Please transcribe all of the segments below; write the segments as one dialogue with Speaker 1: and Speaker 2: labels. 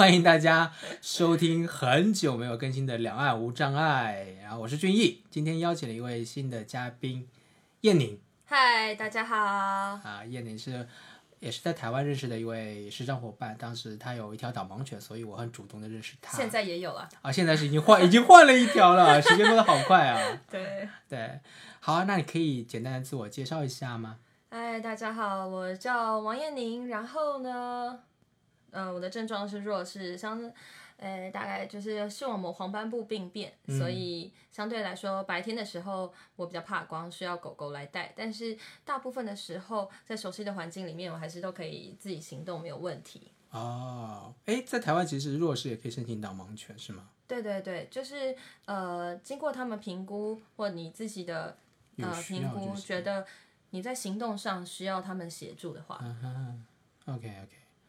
Speaker 1: 欢迎大家收听很久没有更新的《两岸无障碍》，然后我是俊逸，今天邀请了一位新的嘉宾燕宁
Speaker 2: 嗨，大家好。
Speaker 1: 啊，燕宁是也是在台湾认识的一位视障伙伴，当时他有一条导盲犬，所以我很主动的认识他。
Speaker 2: 现在也有了，
Speaker 1: 啊，现在是已经换已经换了一条 了，时间过得好快啊！
Speaker 2: 对。
Speaker 1: 对，好，那你可以简单的自我介绍一下吗？
Speaker 2: 哎，大家好，我叫王彦宁。然后呢，呃，我的症状是弱视，相，呃，大概就是视网膜黄斑部病变，所以相对来说，白天的时候我比较怕光，需要狗狗来带。但是大部分的时候，在熟悉的环境里面，我还是都可以自己行动，没有问题。
Speaker 1: 哦，哎，在台湾其实弱势也可以申请导盲犬是吗？
Speaker 2: 对对对，就是呃，经过他们评估或你自己的
Speaker 1: 有
Speaker 2: 呃
Speaker 1: 需
Speaker 2: 评
Speaker 1: 要
Speaker 2: 估，
Speaker 1: 就是
Speaker 2: 觉得你在行动上需要他们协助的话，
Speaker 1: OK OK，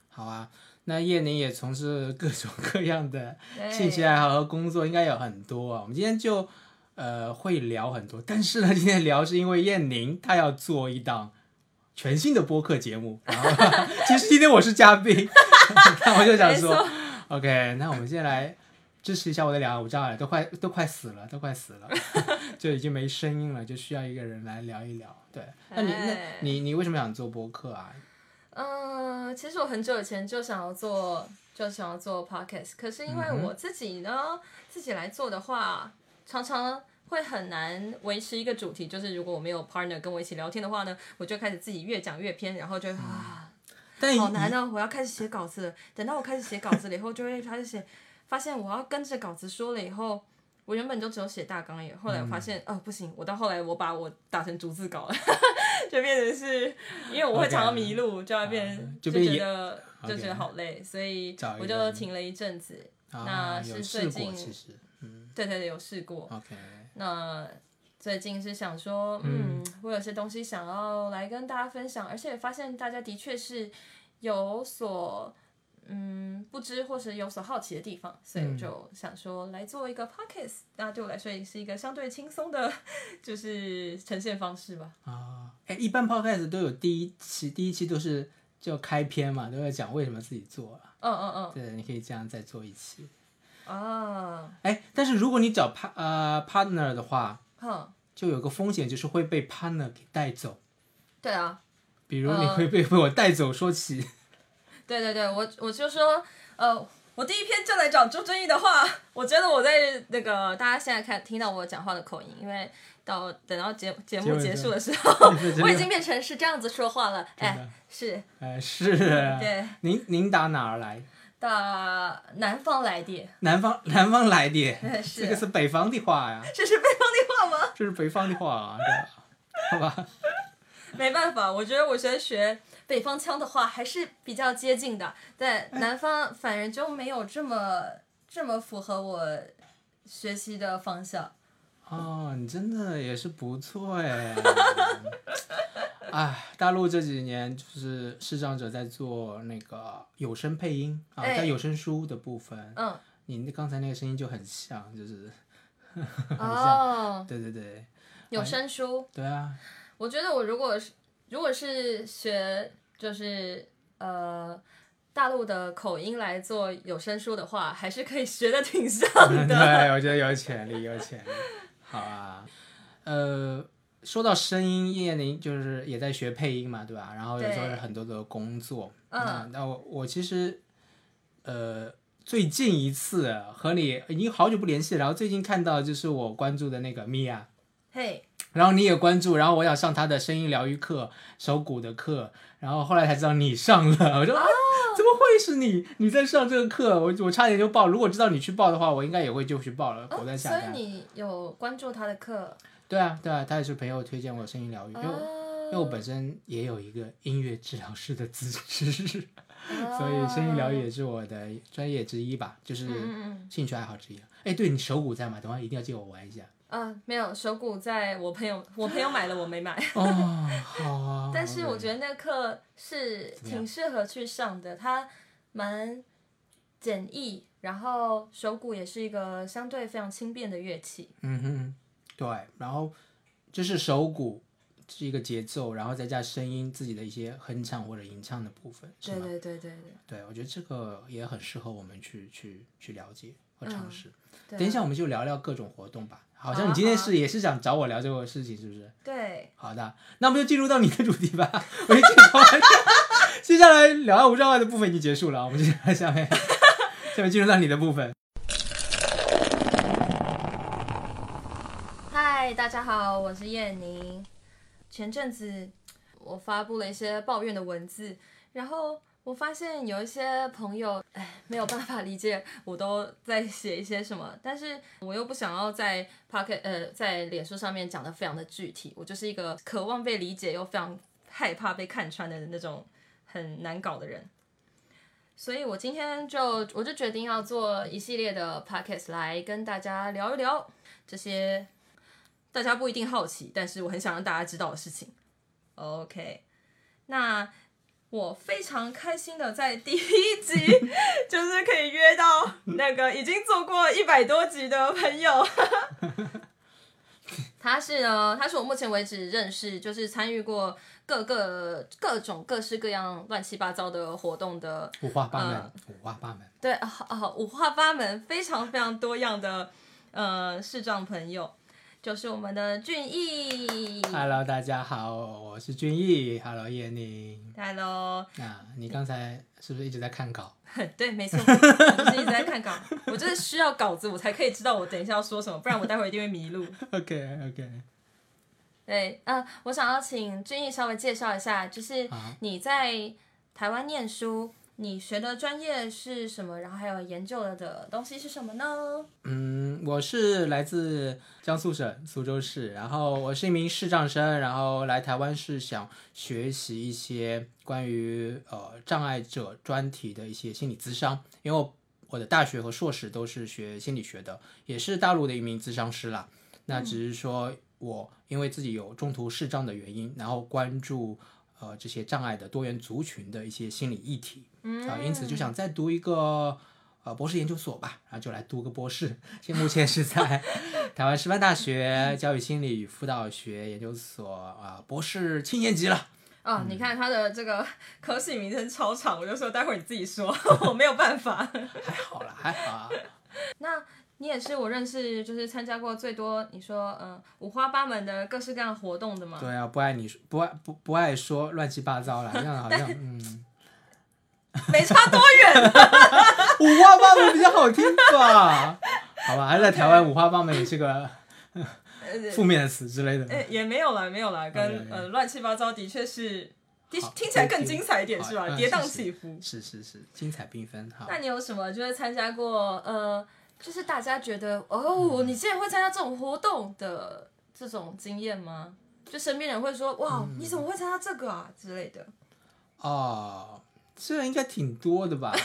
Speaker 1: 好啊。那叶宁也从事各种各样的
Speaker 2: 对
Speaker 1: 兴趣爱好和工作，应该有很多啊。我们今天就呃会聊很多，但是呢，今天聊是因为燕宁她要做一档全新的播客节目，然后其实今天我是嘉 宾，那我就想说，OK，那我们先来支持一下我的两个无障碍，都快都快死了，都快死了，就已经没声音了，就需要一个人来聊一聊。对，那你那
Speaker 2: 哎
Speaker 1: 你你为什么想做播客啊？
Speaker 2: 嗯、其实我很久以前就想要做，就想要做 podcast，可是因为
Speaker 1: 嗯
Speaker 2: 我自己呢，自己来做的话，常常会很难维持一个主题。就是如果我没有 partner 跟我一起聊天的话呢，我就开始自己越讲越偏，然后就会
Speaker 1: 嗯
Speaker 2: 啊，
Speaker 1: 但
Speaker 2: 好难哦！我要开始写稿子了。等到我开始写稿子了以后，就会开始写，发现我要跟着稿子说了以后，我原本就只有写大纲而已。后来我发
Speaker 1: 嗯
Speaker 2: 现，哦、不行，我到后来我把我打成逐字稿了， 就变成是因为我会
Speaker 1: OK
Speaker 2: 常常迷路，就要变、
Speaker 1: 嗯就
Speaker 2: 就
Speaker 1: 变
Speaker 2: 觉
Speaker 1: 也
Speaker 2: 得就
Speaker 1: OK
Speaker 2: 觉得好累，所以
Speaker 1: 找一
Speaker 2: 我
Speaker 1: 个
Speaker 2: 就停了一阵子。
Speaker 1: 啊，
Speaker 2: 那
Speaker 1: 有
Speaker 2: 是
Speaker 1: 试
Speaker 2: 最
Speaker 1: 过
Speaker 2: 近
Speaker 1: 其实，嗯
Speaker 2: 对对对，有试过。
Speaker 1: ，OK，
Speaker 2: 那最近是想说，嗯，我有些东西想要来跟大家分享，而且发现大家的确是有所嗯不知或是有所好奇的地方，所以我就想说来做一个 podcast，、那对我来说也是一个相对轻松的，就是呈现方式吧。
Speaker 1: 啊，哎，一般 podcast 都有第一期，第一期都是就开篇嘛，都要讲为什么自己做啊。
Speaker 2: 嗯嗯
Speaker 1: 对，你可以这样再做一期。
Speaker 2: 嗯，啊，
Speaker 1: 哎，但是如果你找 pa 呃 partner 的话，
Speaker 2: 哼，
Speaker 1: 就有个风险，就是会被 partner 给带走。
Speaker 2: 对啊，
Speaker 1: 比如你会被被我带走，说 起
Speaker 2: 对对对，我我就说，呃，我第一篇就来找周正义的话， 我觉得我在那个大家现在看听到我讲话的口音，因为到等到节节目结束的时候， 我已经变成是这样子说话了，哎，是
Speaker 1: 呃是，
Speaker 2: 对
Speaker 1: 您您打哪儿来？
Speaker 2: 到南方来的，
Speaker 1: 南方南方来的，
Speaker 2: 哎
Speaker 1: 这个
Speaker 2: 是
Speaker 1: 是北方的话呀，
Speaker 2: 这是北方的话吗？
Speaker 1: 这是北方的话啊，对吧？好吧，
Speaker 2: 没办法，我觉得我觉得学北方腔的话还是比较接近的，在南方反而就没有这么这么符合我学习的方向。
Speaker 1: 哦，你真的也是不错哎。 哎，大陆这几年就是视障者在做那个有声配音啊，
Speaker 2: 哎
Speaker 1: 在有声书的部分，
Speaker 2: 嗯，
Speaker 1: 你那刚才那个声音就很像，就是
Speaker 2: 哦，
Speaker 1: 对对对
Speaker 2: 有声书。
Speaker 1: 对啊，
Speaker 2: 我觉得我如果是如果是学就是呃大陆的口音来做有声书的话，还是可以学的挺像
Speaker 1: 对，
Speaker 2: 的。
Speaker 1: 我觉得有潜力，有潜力。好啊，呃，说到声音，叶宁就是也在学配音嘛，对吧？然后也
Speaker 2: 对
Speaker 1: 做了很多的工作。
Speaker 2: 嗯
Speaker 1: 那，那我我其实，呃，最近一次和你已经好久不联系了，然后最近看到就是我关注的那个米娅，
Speaker 2: 嘿，
Speaker 1: 然后你也关注，然后我想上她的声音疗愈课、手鼓的课，然后后来才知道你上了，我说、
Speaker 2: 哦
Speaker 1: 啊、怎么会是你？你在上这个课，我我差点就报。如果知道你去报的话，我应该也会就去报了，我在
Speaker 2: 哦
Speaker 1: 呃下
Speaker 2: 所以
Speaker 1: 单。
Speaker 2: 你有关注他的课
Speaker 1: 对啊，对啊，他也是朋友推荐我声音疗愈，因
Speaker 2: 啊
Speaker 1: 为我、？因为我本身也有一个音乐治疗师的资质。所以声音疗愈
Speaker 2: 啊。
Speaker 1: 也是我的专业之一吧，就是
Speaker 2: 嗯嗯
Speaker 1: 兴趣爱好之一。哎，对你手鼓在吗？等会儿一定要借我玩一 下。
Speaker 2: 嗯，啊，没有手鼓，在我朋友，我朋友买了，我没买。
Speaker 1: 哦，好啊。
Speaker 2: 但是我
Speaker 1: 得
Speaker 2: 觉得那课是
Speaker 1: 么样
Speaker 2: 挺适合去上的，它蛮简易，然后手鼓也是一个相对非常轻便的乐器。
Speaker 1: 嗯哼，对。然后就是手鼓，是一个节奏，然后再加声音自己的一些哼唱或者吟唱的部分，是
Speaker 2: 对
Speaker 1: 吗？
Speaker 2: 对对对
Speaker 1: 对，我觉得这个也很适合我们去去去了解和尝试。
Speaker 2: 嗯对
Speaker 1: 等一下我们就聊聊各种活动吧。好
Speaker 2: 好
Speaker 1: 像
Speaker 2: 啊
Speaker 1: 你今天
Speaker 2: 好啊
Speaker 1: 是也是想找我聊这个事情，是不是？
Speaker 2: 对，
Speaker 1: 好的，那我们就进入到你的主题吧。 我已经讲完了，接下来两岸无障碍的部分已经结束了，我们接下来下面 下面进入到你的部分。
Speaker 2: 嗨，大家好，我是燕宁。前阵子我发布了一些抱怨的文字，然后我发现有一些朋友，哎，没有办法理解我都在写一些什么，但是我又不想要在 Pocket 呃在脸书上面讲的非常的具体，我就是一个渴望被理解又非常害怕被看穿的那种很难搞的人。所以我今天就我就决定要做一系列的 podcast 来跟大家聊一聊这些大家不一定好奇，但是我很想让大家知道的事情。OK，那我非常开心的在第一集 就是可以约到那个已经做过一百多集的朋友。他是呢，他是我目前为止认识，就是参与过各个各种各式各样乱七八糟的活动的
Speaker 1: 五花八门，五花八门。
Speaker 2: 对啊啊，五花八门，非常非常多样的呃视障朋友，就是我们的俊逸。
Speaker 1: Hello，大家好，我是俊逸。Hello，叶宁。
Speaker 2: Hello，
Speaker 1: 啊，你刚才是不是一直在看稿？
Speaker 2: 对，没错，我就是一直在看稿，我就是需要稿子，我才可以知道我等一下要说什么，不然我待会儿一定会 迷路。
Speaker 1: OK OK，
Speaker 2: 对，呃，我想要请俊逸稍微介绍一下，就是你在台湾念书，你学的专业是什么，然后还有研究了的东西是什么呢？
Speaker 1: 嗯，我是来自江苏省苏州市，然后我是一名视障生，然后来台湾是想学习一些关于呃障碍者专题的一些心理咨商，因为我我的大学和硕士都是学心理学的，也是大陆的一名咨商师啦。那只是说我因为自己有中途视障的原因，然后关注呃这些障碍的多元族群的一些心理议题。
Speaker 2: 嗯
Speaker 1: 啊，因此就想再读一个呃博士研究所吧，然后就来读个博士。 现目前是在台湾师范大学教育心理与辅导学研究所啊、博士七年级了。嗯
Speaker 2: 哦，你看他的这个 科系名称超长，我就说待会儿你自 己说，我没有办法。
Speaker 1: 还好啦，还好啊。
Speaker 2: 那你也是我认识，就是参加过最多，你说嗯、呃五花八门的各式各样活动 的嘛？
Speaker 1: 对啊，不爱你不爱不不爱说乱七八糟啦，这样好像嗯
Speaker 2: 没差多 远，
Speaker 1: 五花八门比较好听吧？好吧，还是在台湾五花八门也是个 负面的词之类的。
Speaker 2: 呃也没有啦，没有啦，
Speaker 1: 啊
Speaker 2: 跟
Speaker 1: OK，OK
Speaker 2: 呃乱七八糟的确是，的
Speaker 1: 好
Speaker 2: 听起来更精彩一点
Speaker 1: 好
Speaker 2: 是吧？
Speaker 1: 嗯
Speaker 2: 跌宕
Speaker 1: 是是
Speaker 2: 起伏。
Speaker 1: 是是是，精彩缤纷。好，
Speaker 2: 那你有什么就是参加过呃，就是大家觉得
Speaker 1: 嗯
Speaker 2: 哦，你竟然会参加这种活动的这种经验吗？就身边人会说哇，
Speaker 1: 嗯
Speaker 2: 你怎么会参加这个啊之类的，
Speaker 1: 哦，这应该挺多的吧？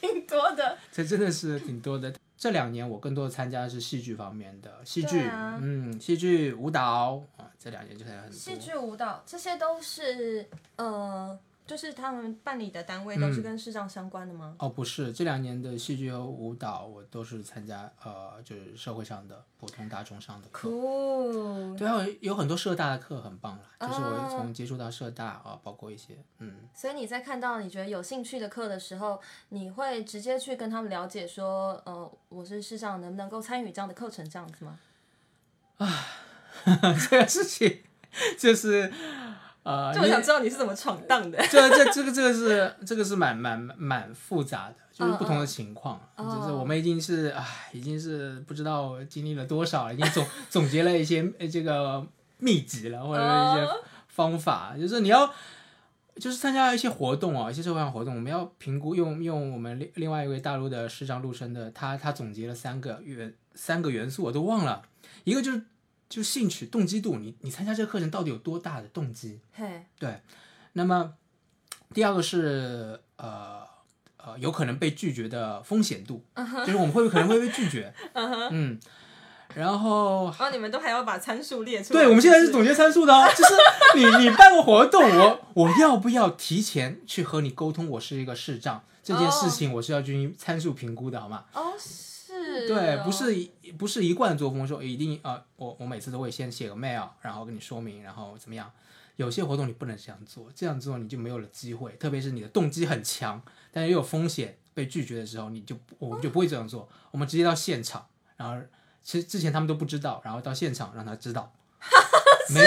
Speaker 2: 挺多的。
Speaker 1: 这真的是挺多的。这两年我更多的参加的是戏剧方面的戏剧，
Speaker 2: 对啊
Speaker 1: 嗯，戏剧、舞蹈啊，这两年就参加很多。
Speaker 2: 戏剧、舞蹈这些都是呃，就是他们办理的单位
Speaker 1: 嗯
Speaker 2: 都是跟视障相关的吗？
Speaker 1: 哦，不是，这两年的戏剧和舞蹈我都是参加，呃，就是社会上的普通大众上的课。
Speaker 2: 酷，
Speaker 1: 对啊，有有很多社大的课很棒啦，就是我
Speaker 2: 啊
Speaker 1: 从接触到社大啊、包括一些嗯，
Speaker 2: 所以你在看到你觉得有兴趣的课的时候，你会直接去跟他们了解说，呃，我是视障，能不能够参与这样的课程，这样子吗？
Speaker 1: 这个事情就是呃，
Speaker 2: 就
Speaker 1: 你
Speaker 2: 我想知道你是怎么闯荡 的。
Speaker 1: 这这这个这个是这个是蛮蛮蛮复杂的，就是不同的情况，啊
Speaker 2: 嗯嗯
Speaker 1: 就是我们已经是唉，已经是不知道经历了多少了，已经总总结了一些呃这个秘籍了，或者是一些
Speaker 2: 哦
Speaker 1: 方法，就是你要。就是参加一些活动啊，一些社会上活动，我们要评估用用我们另另外一位大陆的市长陆生的，他他总结了三个元三个元素，我都忘了，一个就是就兴趣动机度，你你参加这个课程到底有多大的动机？
Speaker 2: 嘿，
Speaker 1: 那么第二个是呃呃有可能被拒绝的风险度，就是我们会不会可能会被拒绝，嗯，然后。
Speaker 2: 然后哦你们都还要把参数列出来。
Speaker 1: 对，我们现在
Speaker 2: 就是
Speaker 1: 总结参数的哦，就是你你办个活动，我我要不要提前去和你沟通？我是一个视障这件事情，我是要进行参数评估的，好吗？
Speaker 2: 哦，是哦，
Speaker 1: 对，不是一不是一贯的作风，说一定呃，我我每次都会先写个 mail，然后跟你说明，然后怎么样。有些活动你不能这样做，这样做你就没有了机会，特别是你的动机很强，但是又有风险被拒绝的时候，你就我们就不会这样做，我们直接到现场，然后其实之前他们都不知道，然后到现场让他知道，没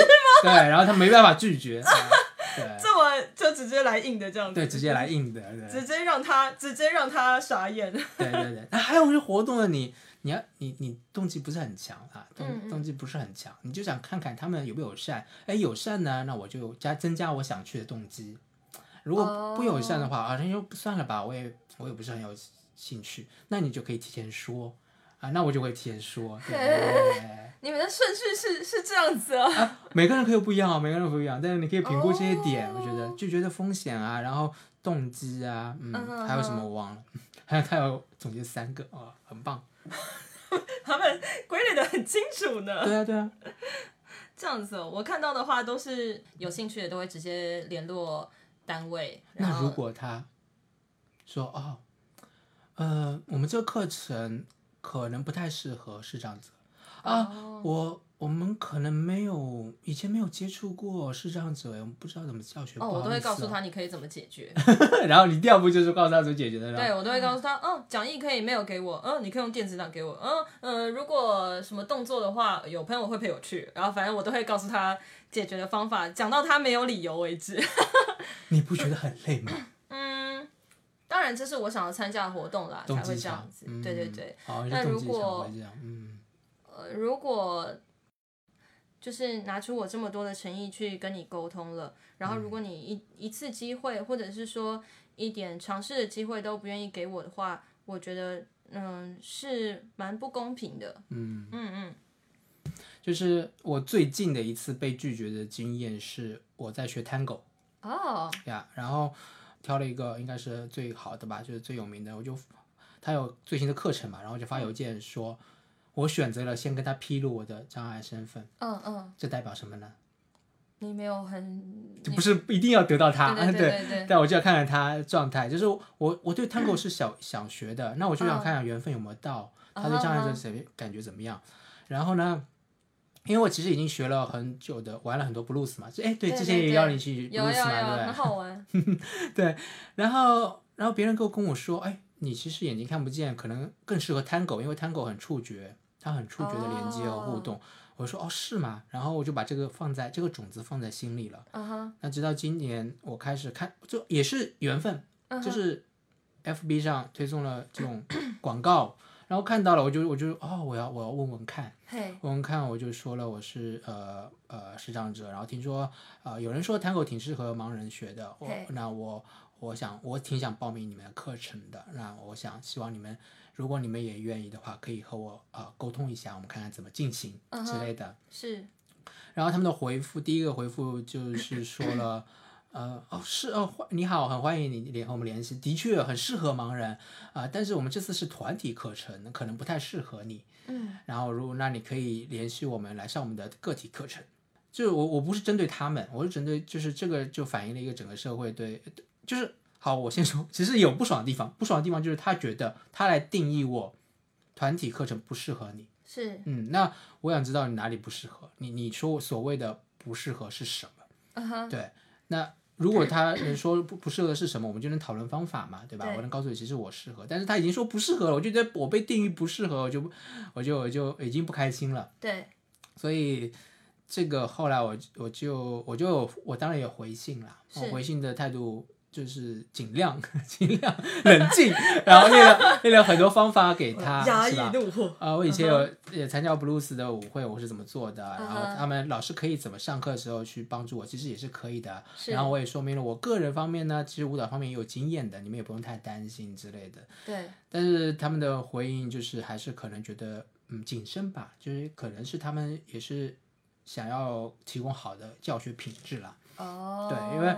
Speaker 1: 对，然后他没办法拒绝，呃
Speaker 2: 这么就直接来硬的这样
Speaker 1: 对
Speaker 2: 子，
Speaker 1: 对，直接来硬的，对。
Speaker 2: 直接让他直接让他傻眼。
Speaker 1: 对对对，那还有就是活动的你，你要你你动机不是很强啊，
Speaker 2: 嗯
Speaker 1: 动动机不是很强，你就想看看他们有没有友善，哎，友善呢，那我就加增加我想去的动机。如果不友善的话，好像就算了吧，我也我也不是很有兴趣，那你就可以提前说啊，那我就会提前说，对对对。
Speaker 2: 你们的顺序是是这样子哦，
Speaker 1: 啊，每个人可以不一样啊，每个人不一样，但是你可以评估这些点，我觉得拒绝的风险啊，然后动机啊，嗯，
Speaker 2: 哦嗯哼
Speaker 1: 还有什么我忘了， 还有他有总结三个啊、很棒。
Speaker 2: 他们归类的很清楚呢。
Speaker 1: 对啊，对啊，
Speaker 2: 这样子、哦，我看到的话都是有兴趣的都会直接联络单位。 然
Speaker 1: 那如
Speaker 2: 后
Speaker 1: 果他说哦，呃，我们这个课程可能不太适合，是这样子啊，
Speaker 2: 哦
Speaker 1: 我我们可能没有以前没有接触过，是这样子，我们不知道怎么教学，
Speaker 2: 哦，
Speaker 1: 不
Speaker 2: 我
Speaker 1: 好
Speaker 2: 都会
Speaker 1: 意思
Speaker 2: 告诉
Speaker 1: 哦，
Speaker 2: 他你可以怎么解决。
Speaker 1: 然后你第二步就是告诉他怎么解决的，然后
Speaker 2: 对，我都会告诉他，嗯，讲义可以没有给我，嗯，你可以用电子档给我，嗯，呃，如果什么动作的话，有朋友会陪我去，然后反正我都会告诉他解决的方法，讲到他没有理由为止。
Speaker 1: 你不觉得很累 吗？
Speaker 2: 嗯，当然这是我想要参加的活动啦，才
Speaker 1: 动
Speaker 2: 会
Speaker 1: 机
Speaker 2: 这
Speaker 1: 强
Speaker 2: 样，子。
Speaker 1: 嗯
Speaker 2: 对对对，，
Speaker 1: 好，就
Speaker 2: 那
Speaker 1: 动
Speaker 2: 如
Speaker 1: 机强
Speaker 2: 果
Speaker 1: 会这样，嗯，
Speaker 2: 呃，如果就是拿出我这么多的诚意去跟你沟通了，然后
Speaker 1: 嗯
Speaker 2: 如果你一一次机会，或者是说一点尝试的机会都不愿意给我的话，我觉得嗯是蛮不公平的。嗯嗯嗯，
Speaker 1: 就是我最近的一次被拒绝的经验是我在学 Tango
Speaker 2: 哦，
Speaker 1: 呀，然后挑了一个应该是最好的吧，就是最有名的，我就他有最新的课程嘛，然后就发邮件说，我选择了先跟他披露我的障碍身份，
Speaker 2: 嗯嗯，
Speaker 1: 这代表什么呢？
Speaker 2: 你没有很，
Speaker 1: 就不是一定要得到他，
Speaker 2: 对对对对对
Speaker 1: 但我就要看看他状态。就是我我对 Tango 是想想学的，那我就想看看缘分有没有到，
Speaker 2: 嗯啊
Speaker 1: 他对障碍者谁感觉怎么样。然后呢，因为我其实已经学了很久的，玩了很多 blues 嘛，就哎对，
Speaker 2: 对
Speaker 1: 之前
Speaker 2: 对
Speaker 1: 也
Speaker 2: 对
Speaker 1: 邀你去
Speaker 2: 有有
Speaker 1: blues
Speaker 2: 有，
Speaker 1: 嘛，对
Speaker 2: 很
Speaker 1: 不
Speaker 2: 好玩。
Speaker 1: 对？对，然后然后别人跟我跟我说，哎，你其实眼睛看不见，可能更适合 Tango，因为 Tango 很触觉，它很触觉的连接和互
Speaker 2: 哦
Speaker 1: 动。我说哦是吗？然后我就把这个放在这个种子放在心里了。
Speaker 2: 啊哈，
Speaker 1: 那直到今年我开始看，就也是缘分，
Speaker 2: 嗯哼
Speaker 1: 就是 FB 上推送了这种广告，然后看到了，我就我就哦，我要我要问问看，
Speaker 2: 嘿，
Speaker 1: 问问看，我就说了我是呃呃视障者，然后听说呃有人说 Tango 挺适合盲人学的，我
Speaker 2: 嘿
Speaker 1: 那我我想我挺想报名你们的课程的，那我想希望你们如果你们也愿意的话，可以和我呃沟通一下，我们看看怎么进行
Speaker 2: 嗯
Speaker 1: 之
Speaker 2: 哼
Speaker 1: 类的。
Speaker 2: 是，
Speaker 1: 然后他们的回复，第一个回复就是说了，呃，哦是哦，欢你好，很欢迎你联和我们联系，的确很适合盲人啊、但是我们这次是团体课程，可能不太适合你。
Speaker 2: 嗯，
Speaker 1: 然后如果那你可以联系我们来上我们的个体课程。就是我我不是针对他们，我是针对就是这个就反映了一个整个社会对，就是好，我先说，其实有不爽的地方，不爽的地方就是他觉得他来定义我团体课程不适合你。
Speaker 2: 是，
Speaker 1: 嗯，那我想知道你哪里不适合，你你说我所谓的不适合是什么？
Speaker 2: 啊哈，
Speaker 1: 对，那如果他能说不不适合是什么，我们就能讨论方法嘛，对吧？
Speaker 2: 对
Speaker 1: 我能告诉你，其实我适合，但是他已经说不适合了，我就觉得我被定义不适合，我就不我就我就已经不开心了。
Speaker 2: 对，
Speaker 1: 所以这个后来我我就我就我当然也回信了，我
Speaker 2: 是
Speaker 1: 回信的态度。就是尽量尽量冷静，然后列了列了很多方法给他，是吧？
Speaker 2: 怒火，
Speaker 1: 啊，我以前有也参加 blues 的舞会，我是怎么做的，然后
Speaker 2: 嗯嗯哼
Speaker 1: 他们老师可以怎么上课的时候去帮助我，其实也是可以的。
Speaker 2: 是
Speaker 1: 然后我也说明了我个人方面呢，其实舞蹈方面也有经验的，你们也不用太担心之类的。
Speaker 2: 对，
Speaker 1: 但是他们的回应就是还是可能觉得嗯谨慎吧，就是可能是他们也是想要提供好的教学品质啦。
Speaker 2: 哦，
Speaker 1: 对因为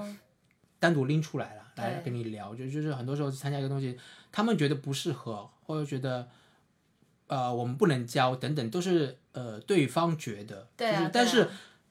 Speaker 1: 单独拎出来了，来
Speaker 2: 对
Speaker 1: 跟你聊，就就是很多时候参加一个东西，他们觉得不适合，或者觉得，呃，我们不能教等等，都是呃对方觉得，
Speaker 2: 对啊
Speaker 1: 就是
Speaker 2: 对啊
Speaker 1: 但是、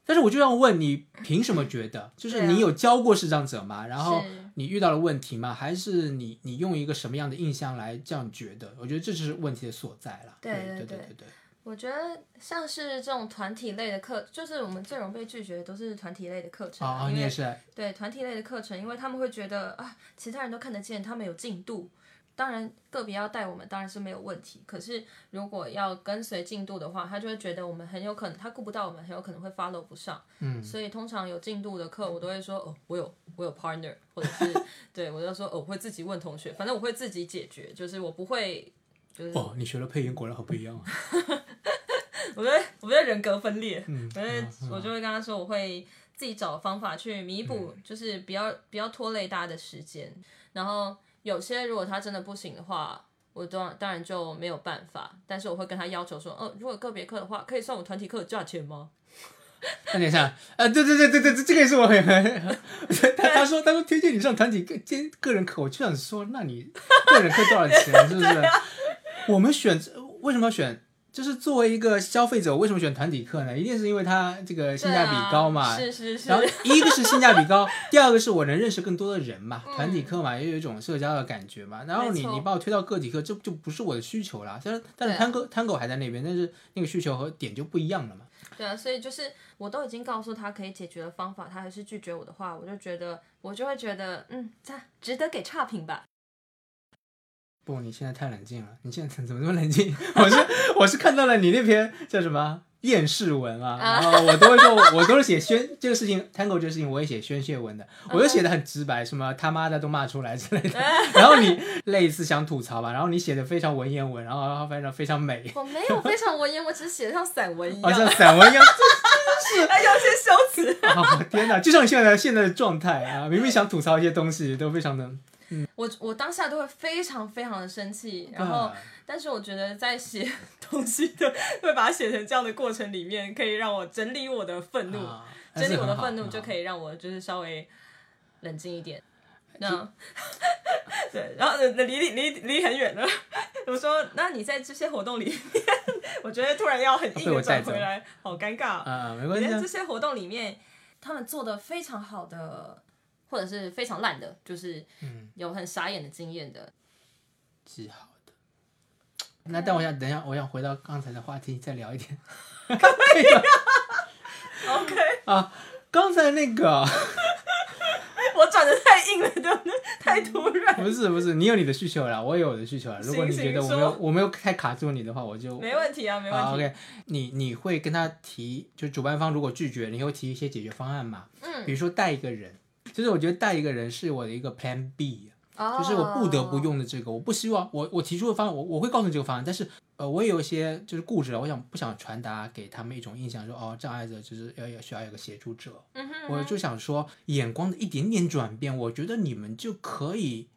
Speaker 1: 但是我就要问你，凭什么觉得？就是
Speaker 2: 啊
Speaker 1: 你有教过视障者吗？然后
Speaker 2: 是
Speaker 1: 你遇到了问题吗？还是你你用一个什么样的印象来这样觉得？我觉得这就是问题的所在了。
Speaker 2: 对
Speaker 1: 对
Speaker 2: 对
Speaker 1: 对对
Speaker 2: 我觉得像是这种团体类的课，就是我们最容易被拒绝的都是团体类的课
Speaker 1: 哦
Speaker 2: 程啊，
Speaker 1: 哦，
Speaker 2: 因
Speaker 1: 你
Speaker 2: 为
Speaker 1: 也是，
Speaker 2: 对团体类的课程，因为他们会觉得啊，其他人都看得见，他们有进度。当然，个别要带我们当然是没有问题。可是如果要跟随进度的话，他就会觉得我们很有可能他顾不到我们，很有可能会 follow 不上。嗯，所以通常有进度的课，我都会说哦，我有我有 partner，或者是 对我就说哦，我会自己问同学，反正我会自己解决，就是我不会，就是
Speaker 1: 哦，你学了配音果然好不一样啊。
Speaker 2: 我觉得我觉得人格分裂，
Speaker 1: 嗯
Speaker 2: 反正我就会跟他说，我会自己找方法去弥补，就是不要不要拖累大家的时间。然后有些如果他真的不行的话，我当当然就没有办法，但是我会跟他要求说，哦，如果个别课的话，可以算我团体课的价钱吗？
Speaker 1: 那等一下，呃，对对对对对，这这个也是我很 很，他他说他说推荐你上团体个兼个人课，我就想说，那你个人课多少钱？ 是不是？
Speaker 2: 啊
Speaker 1: 我们选为什么要选？就是作为一个消费者，为什么选团体课呢？一定是因为它这个性价比高嘛。
Speaker 2: 对啊是是是
Speaker 1: 然，后一个是性价比 高，第二个是我能认识更多的人嘛，团体课嘛，也有一种社交的感觉嘛。然后你
Speaker 2: 嗯没错
Speaker 1: 你把我推到个体课，这就不是我的需求啦。虽然但是
Speaker 2: 对
Speaker 1: Tango Tango 还在那边，但是那个需求和点就不一样了嘛。
Speaker 2: 对啊，所以就是我都已经告诉他可以解决的方法，他还是拒绝我的话，我就觉得我就会觉得，嗯，这值得给差评吧。
Speaker 1: 不，你现在太冷静了。你现在 怎么这么冷静？我是我是看到了你那篇叫什么厌世文啊，
Speaker 2: 啊
Speaker 1: 然后我都会说，我都是写宣这个事情，Tango 这个事情我也写宣泄文的，
Speaker 2: 嗯
Speaker 1: 我就写的很直白，什么他妈的都骂出来之类的。 然后你类似想吐槽吧，然后你写的非常文言文，然后非常非常美，
Speaker 2: 我没有非常文言，我只是写的像散文一
Speaker 1: 好
Speaker 2: 样，
Speaker 1: 像散文一样。哎
Speaker 2: 还有些修辞。
Speaker 1: 啊，天哪！就像你现在现在的状态啊，明明想吐槽一些东西，都非常的。
Speaker 2: 我我当下都会非常非常的生气，然
Speaker 1: 啊嗯
Speaker 2: 后，但是我觉得在写 东西的，会把它写成这样的过程里面，可以让我整理我的愤怒，
Speaker 1: 啊
Speaker 2: 整理我的愤
Speaker 1: 还是
Speaker 2: 怒
Speaker 1: 很好
Speaker 2: 就可以让我就是稍微冷静一点。
Speaker 1: 呃
Speaker 2: 那对，然后呃离离离离很远了。 我说，那你在这些活动里面， 我觉得突然要很硬
Speaker 1: 啊被我
Speaker 2: 的
Speaker 1: 带
Speaker 2: 转
Speaker 1: 走
Speaker 2: 回来，好尴尬。
Speaker 1: 啊，没
Speaker 2: 我
Speaker 1: 关
Speaker 2: 觉
Speaker 1: 系
Speaker 2: 得
Speaker 1: 啊
Speaker 2: 这。些活动里面，他们做的非常好的，或者是非常烂的，就是
Speaker 1: 嗯
Speaker 2: 有很傻眼的经验的。
Speaker 1: 记好的。那但我想等一下，我想回到刚才的话题再聊一点。
Speaker 2: OK，
Speaker 1: 啊， 刚才那 个
Speaker 2: 我转的太硬了，对不对？太突然。
Speaker 1: 不是不是，你有你的需求啦，我也有我的需求啦。如果你
Speaker 2: 行
Speaker 1: 觉得我
Speaker 2: 行
Speaker 1: 没有我没有太卡住你的话，我就
Speaker 2: 没问题啊，没问
Speaker 1: 啊
Speaker 2: 题。
Speaker 1: OK。你你会跟他提，就主办方如果拒绝，你会提一些解决方案嘛？
Speaker 2: 嗯，
Speaker 1: 比如说带一个人，就是我觉得带一个人是我的一个 Plan B。啊
Speaker 2: 哦
Speaker 1: 就是我不得不。用的这个，我不希望我我提出的方案，我我会告诉你这个方案，但是呃，我也有一些就是固执了，我想不想传达给他们一种印象说，哦，障碍者就是要要需要有个协助者，
Speaker 2: 嗯哼，
Speaker 1: 我就想说眼光的一点点转变，我觉得你们就可以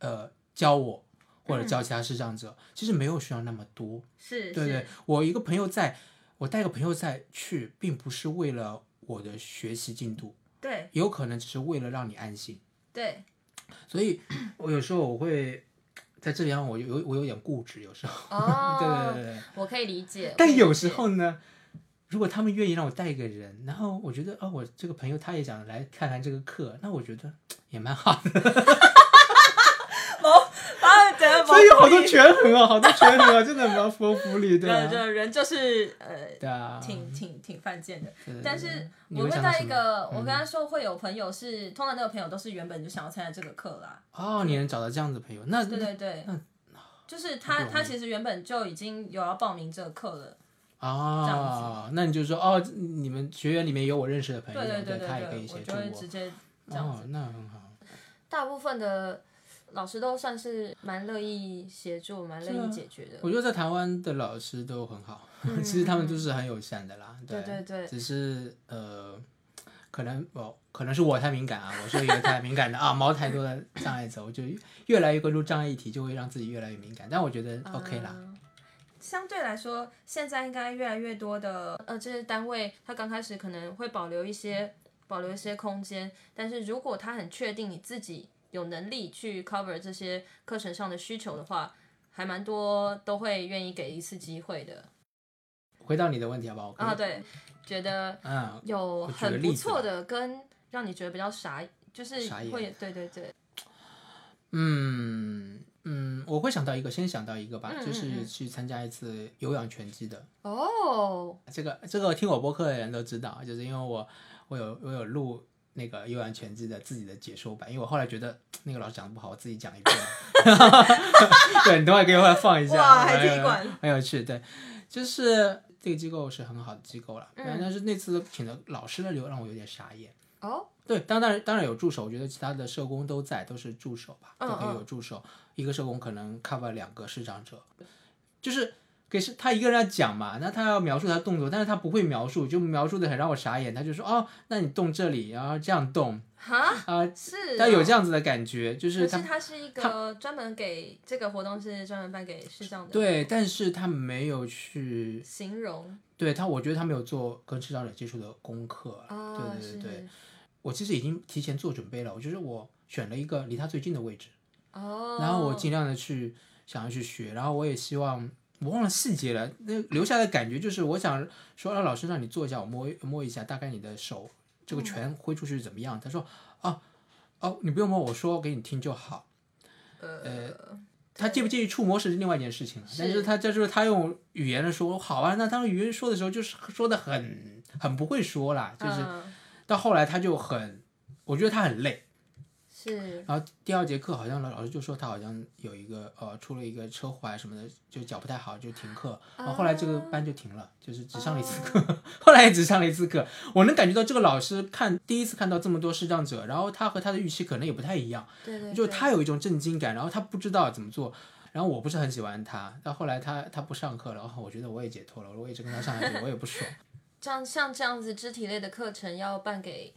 Speaker 1: 呃教我或者教其他视障者，其实没有需要那么多，
Speaker 2: 嗯是，
Speaker 1: 对对
Speaker 2: 是，，
Speaker 1: 我一个朋友在，我带一个朋友在去，并不是为了我的学习进度，
Speaker 2: 对
Speaker 1: 有可能只是为了让你安心。
Speaker 2: 对，
Speaker 1: 所以我有时候我会在这里方，我有我有点固执，有时候，，
Speaker 2: 哦
Speaker 1: 对对对对。
Speaker 2: 我可以理解。我可
Speaker 1: 但
Speaker 2: 以
Speaker 1: 有
Speaker 2: 理
Speaker 1: 时
Speaker 2: 解，
Speaker 1: 候呢，如果他们愿意让我带一个人，然后我觉得哦，我这个朋友他也想来看看这个课，那我觉得也蛮好的，
Speaker 2: 啊，对，
Speaker 1: 所以有好多权衡啊，好多权衡啊，真的蛮佛福利，对啊，
Speaker 2: 人就人就是呃，
Speaker 1: 对啊，
Speaker 2: 挺挺挺犯贱的。
Speaker 1: 对对
Speaker 2: 但
Speaker 1: 对
Speaker 2: 是
Speaker 1: 你
Speaker 2: 我
Speaker 1: 会
Speaker 2: 会
Speaker 1: 想到
Speaker 2: 在
Speaker 1: 什
Speaker 2: 一
Speaker 1: 么嗯
Speaker 2: 个，我跟他说会有朋友是，通常那个朋友都是原本就想要参加这个课啦。
Speaker 1: 哦，你能找到这样的朋友，那
Speaker 2: 对对对，就是他他其实原本就已经有要报名这个课了。
Speaker 1: 哦，那你就说哦，你们学员里面有我认识的朋友，
Speaker 2: 对对
Speaker 1: 对
Speaker 2: 对
Speaker 1: 他也可以
Speaker 2: 对，我
Speaker 1: 协助
Speaker 2: 就会直接这样。
Speaker 1: 哦，那很好。
Speaker 2: 大部分的老师都算是蛮乐意协助，蛮乐意解决的。
Speaker 1: 我觉得在台湾的老师都很好， 其实他们都是很友善的啦。
Speaker 2: 嗯对对
Speaker 1: 对，
Speaker 2: 对，
Speaker 1: 只是呃，可能我可能是我太敏感啊，我是一个太敏感的啊，毛太多的障碍者，我就越来越关注障碍议题，就会让自己越来越敏感。但我觉得 OK 啦，
Speaker 2: 嗯相对来说，现在应该越来越多的呃，这些单位它刚开始可能会保留一些保留一些空间，但是如果他很确定你自己有能力去 cover 这些课程上的需求的话，还蛮多都会愿意给一次机会的。
Speaker 1: 会回到你的问题好不好？我可以
Speaker 2: 啊，对，觉得
Speaker 1: 嗯，
Speaker 2: 有
Speaker 1: 我举个
Speaker 2: 很
Speaker 1: 例
Speaker 2: 不
Speaker 1: 子
Speaker 2: 错的，跟让你觉得比较傻，就是
Speaker 1: 傻眼
Speaker 2: 会对对对，
Speaker 1: 嗯嗯，我会想到一个，先想到一个吧，
Speaker 2: 嗯
Speaker 1: 就
Speaker 2: 嗯
Speaker 1: 是
Speaker 2: 嗯
Speaker 1: 去参加一次有氧拳击的。
Speaker 2: 哦，
Speaker 1: 这个这个听我播客的人都知道，啊就是因为我我有我有录那个有氧拳击的自己的解说版，因为我后来觉得那个老师讲的不好，我自己讲一遍。 对，你等会可以回来放一下。
Speaker 2: 哇还踢馆
Speaker 1: 很有趣。对，就是这个机构是很好的机构了，
Speaker 2: 嗯
Speaker 1: 但但是那次请的老师的流让我有点傻眼。
Speaker 2: 哦，
Speaker 1: 对，当当然当然有助手，我觉得其他的社工都在，都是助手吧，
Speaker 2: 嗯
Speaker 1: 都可以有助手。一个社工可能 cover 两个视障者，就是给是他一个人要讲嘛，那他要描述他的动作，但是他不会描述，就描述的很让我傻眼。他就说哦，那你动这里，然后这样动
Speaker 2: 哈，
Speaker 1: 啊、
Speaker 2: 是，
Speaker 1: 他有这样子的感觉，就是
Speaker 2: 可
Speaker 1: 他
Speaker 2: 是它是一个专门给这个活动是专门办给视障的，
Speaker 1: 对，但是他没有去
Speaker 2: 形容
Speaker 1: 对他，我觉得他没有做跟视障者接触的功课。
Speaker 2: 啊，
Speaker 1: 对对
Speaker 2: 是
Speaker 1: 对对，我其实已经提前做准备了，我就是我选了一个离他最近的位置。
Speaker 2: 哦，
Speaker 1: 然后我尽量的去想要去学，然后我也希望我忘了细节了，那留下的感觉就是我想说，让老师让你做一下，我摸一摸一下，大概你的手这
Speaker 2: 嗯
Speaker 1: 个拳挥出去怎么样？他说啊哦，你不用摸，我说给你听就好。
Speaker 2: 呃，
Speaker 1: 他介不介意触摸是另外一件事情了，但
Speaker 2: 是
Speaker 1: 是他就是他用语言的说好啊，那当时语言说的时候就是说的很很不会说啦，就是
Speaker 2: 嗯
Speaker 1: 到后来他就很，我觉得他很累。
Speaker 2: 是
Speaker 1: 然后第二节课好像老老师就说他好像有一个呃出了一个车祸啊什么的，就脚不太好就停课。然后后来这个班就停了，就是只上了一次课， 后来也只上了一次课。我能感觉到这个老师看第一次看到这么多视障者，然后他和他的预期可能也不太一样，
Speaker 2: 对对，
Speaker 1: 就
Speaker 2: 对
Speaker 1: 他有一种震惊感，然后他不知道怎么做。然后我不是很喜欢他，到后来他他不上课了，然哦后我觉得我也解脱了，我一直跟他上下去，我也不爽。
Speaker 2: 这样像这样子肢体类的课程要办给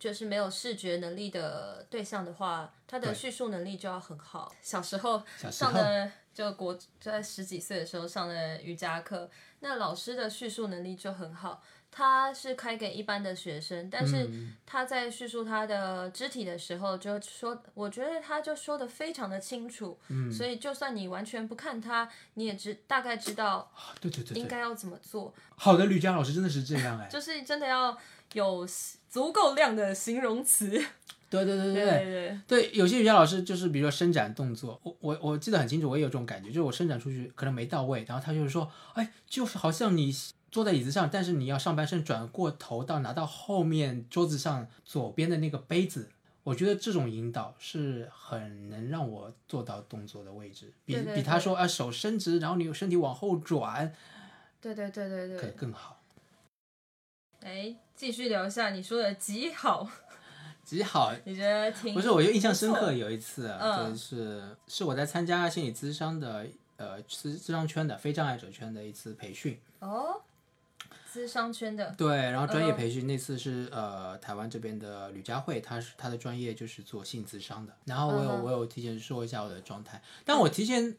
Speaker 2: 就是没有视觉能力的对象的话，他的
Speaker 1: 对
Speaker 2: 叙述能力就要很好。小时候
Speaker 1: 小时
Speaker 2: 上
Speaker 1: 候
Speaker 2: 的就国就在十几岁的时候上的瑜伽课，那老师的叙述能力就很好。他是开给一般的学生，但是
Speaker 1: 嗯
Speaker 2: 他在叙述他的肢体的时候，就说，我觉得他就说的非常的清楚，嗯、所以就算你完全不看他，你也知大概知道
Speaker 1: 啊对对对
Speaker 2: 应
Speaker 1: 对，
Speaker 2: 该要怎么做。
Speaker 1: 好的吕佳老师真的是这样哎，
Speaker 2: 就是真的要有足够量的形容词。
Speaker 1: 对对对对
Speaker 2: 对
Speaker 1: 对。
Speaker 2: 对，
Speaker 1: 对，有些瑜伽老师就是比如说伸展动作，我我我记得很清楚，我也有这种感觉，就是我伸展出去可能没到位，然后他就是说，哎，就是好像你坐在椅子上，但是你要上半身转过头到拿到后面桌子上左边的那个杯子。我觉得这种引导是很能让我做到动作的位置，比
Speaker 2: 对对
Speaker 1: 比他说啊手伸直，然后你有身体往后转，
Speaker 2: 对对对对
Speaker 1: 可
Speaker 2: 对。
Speaker 1: 更好。
Speaker 2: 哎，继续聊一下你说的极好，
Speaker 1: 极好
Speaker 2: 你觉得挺
Speaker 1: 不是，我就印象深
Speaker 2: 不
Speaker 1: 刻
Speaker 2: 错
Speaker 1: 有一次，啊
Speaker 2: 嗯
Speaker 1: 就是是我在参加心理咨商的呃咨咨商圈的非障碍者圈的一次培训，
Speaker 2: 哦，资商圈的
Speaker 1: 对，然后专业
Speaker 2: 嗯
Speaker 1: 培训那次是呃台湾这边的吕佳慧，她是她的专业就是做性咨商的，然后我有、
Speaker 2: 嗯哼
Speaker 1: 我有提前说一下我的状态，但我提前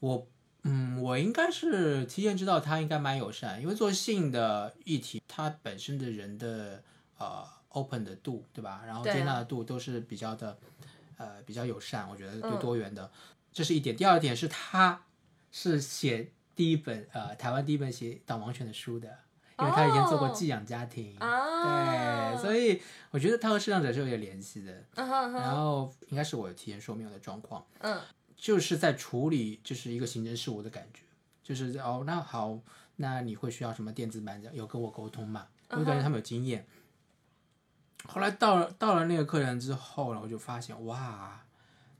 Speaker 1: 我嗯我应该是提前知道她应该蛮友善，因为做性的议题，它本身的人的呃 open 的度对吧，然后
Speaker 2: 对啊
Speaker 1: 接纳的度都是比较的呃比较友善，我觉得多
Speaker 2: 嗯
Speaker 1: 多元的，这是一点。第二点是她是写第一本呃台湾第一本写导盲犬的书的。因为他以前做过
Speaker 2: 哦
Speaker 1: 寄养家庭，
Speaker 2: 啊，
Speaker 1: 嗯对，所以我觉得他和视障者是有点联系的。
Speaker 2: 嗯哼
Speaker 1: 然
Speaker 2: 哼，
Speaker 1: 后应该是我提前说明我的状况，
Speaker 2: 嗯，
Speaker 1: 就是在处理就是一个行政事务的感觉，就是哦，那好，那你会需要什么电子版的？有跟我沟通嘛？我
Speaker 2: 嗯哼
Speaker 1: 就感觉他们有经验。后来到了到了那个课程之后，然后就发现哇，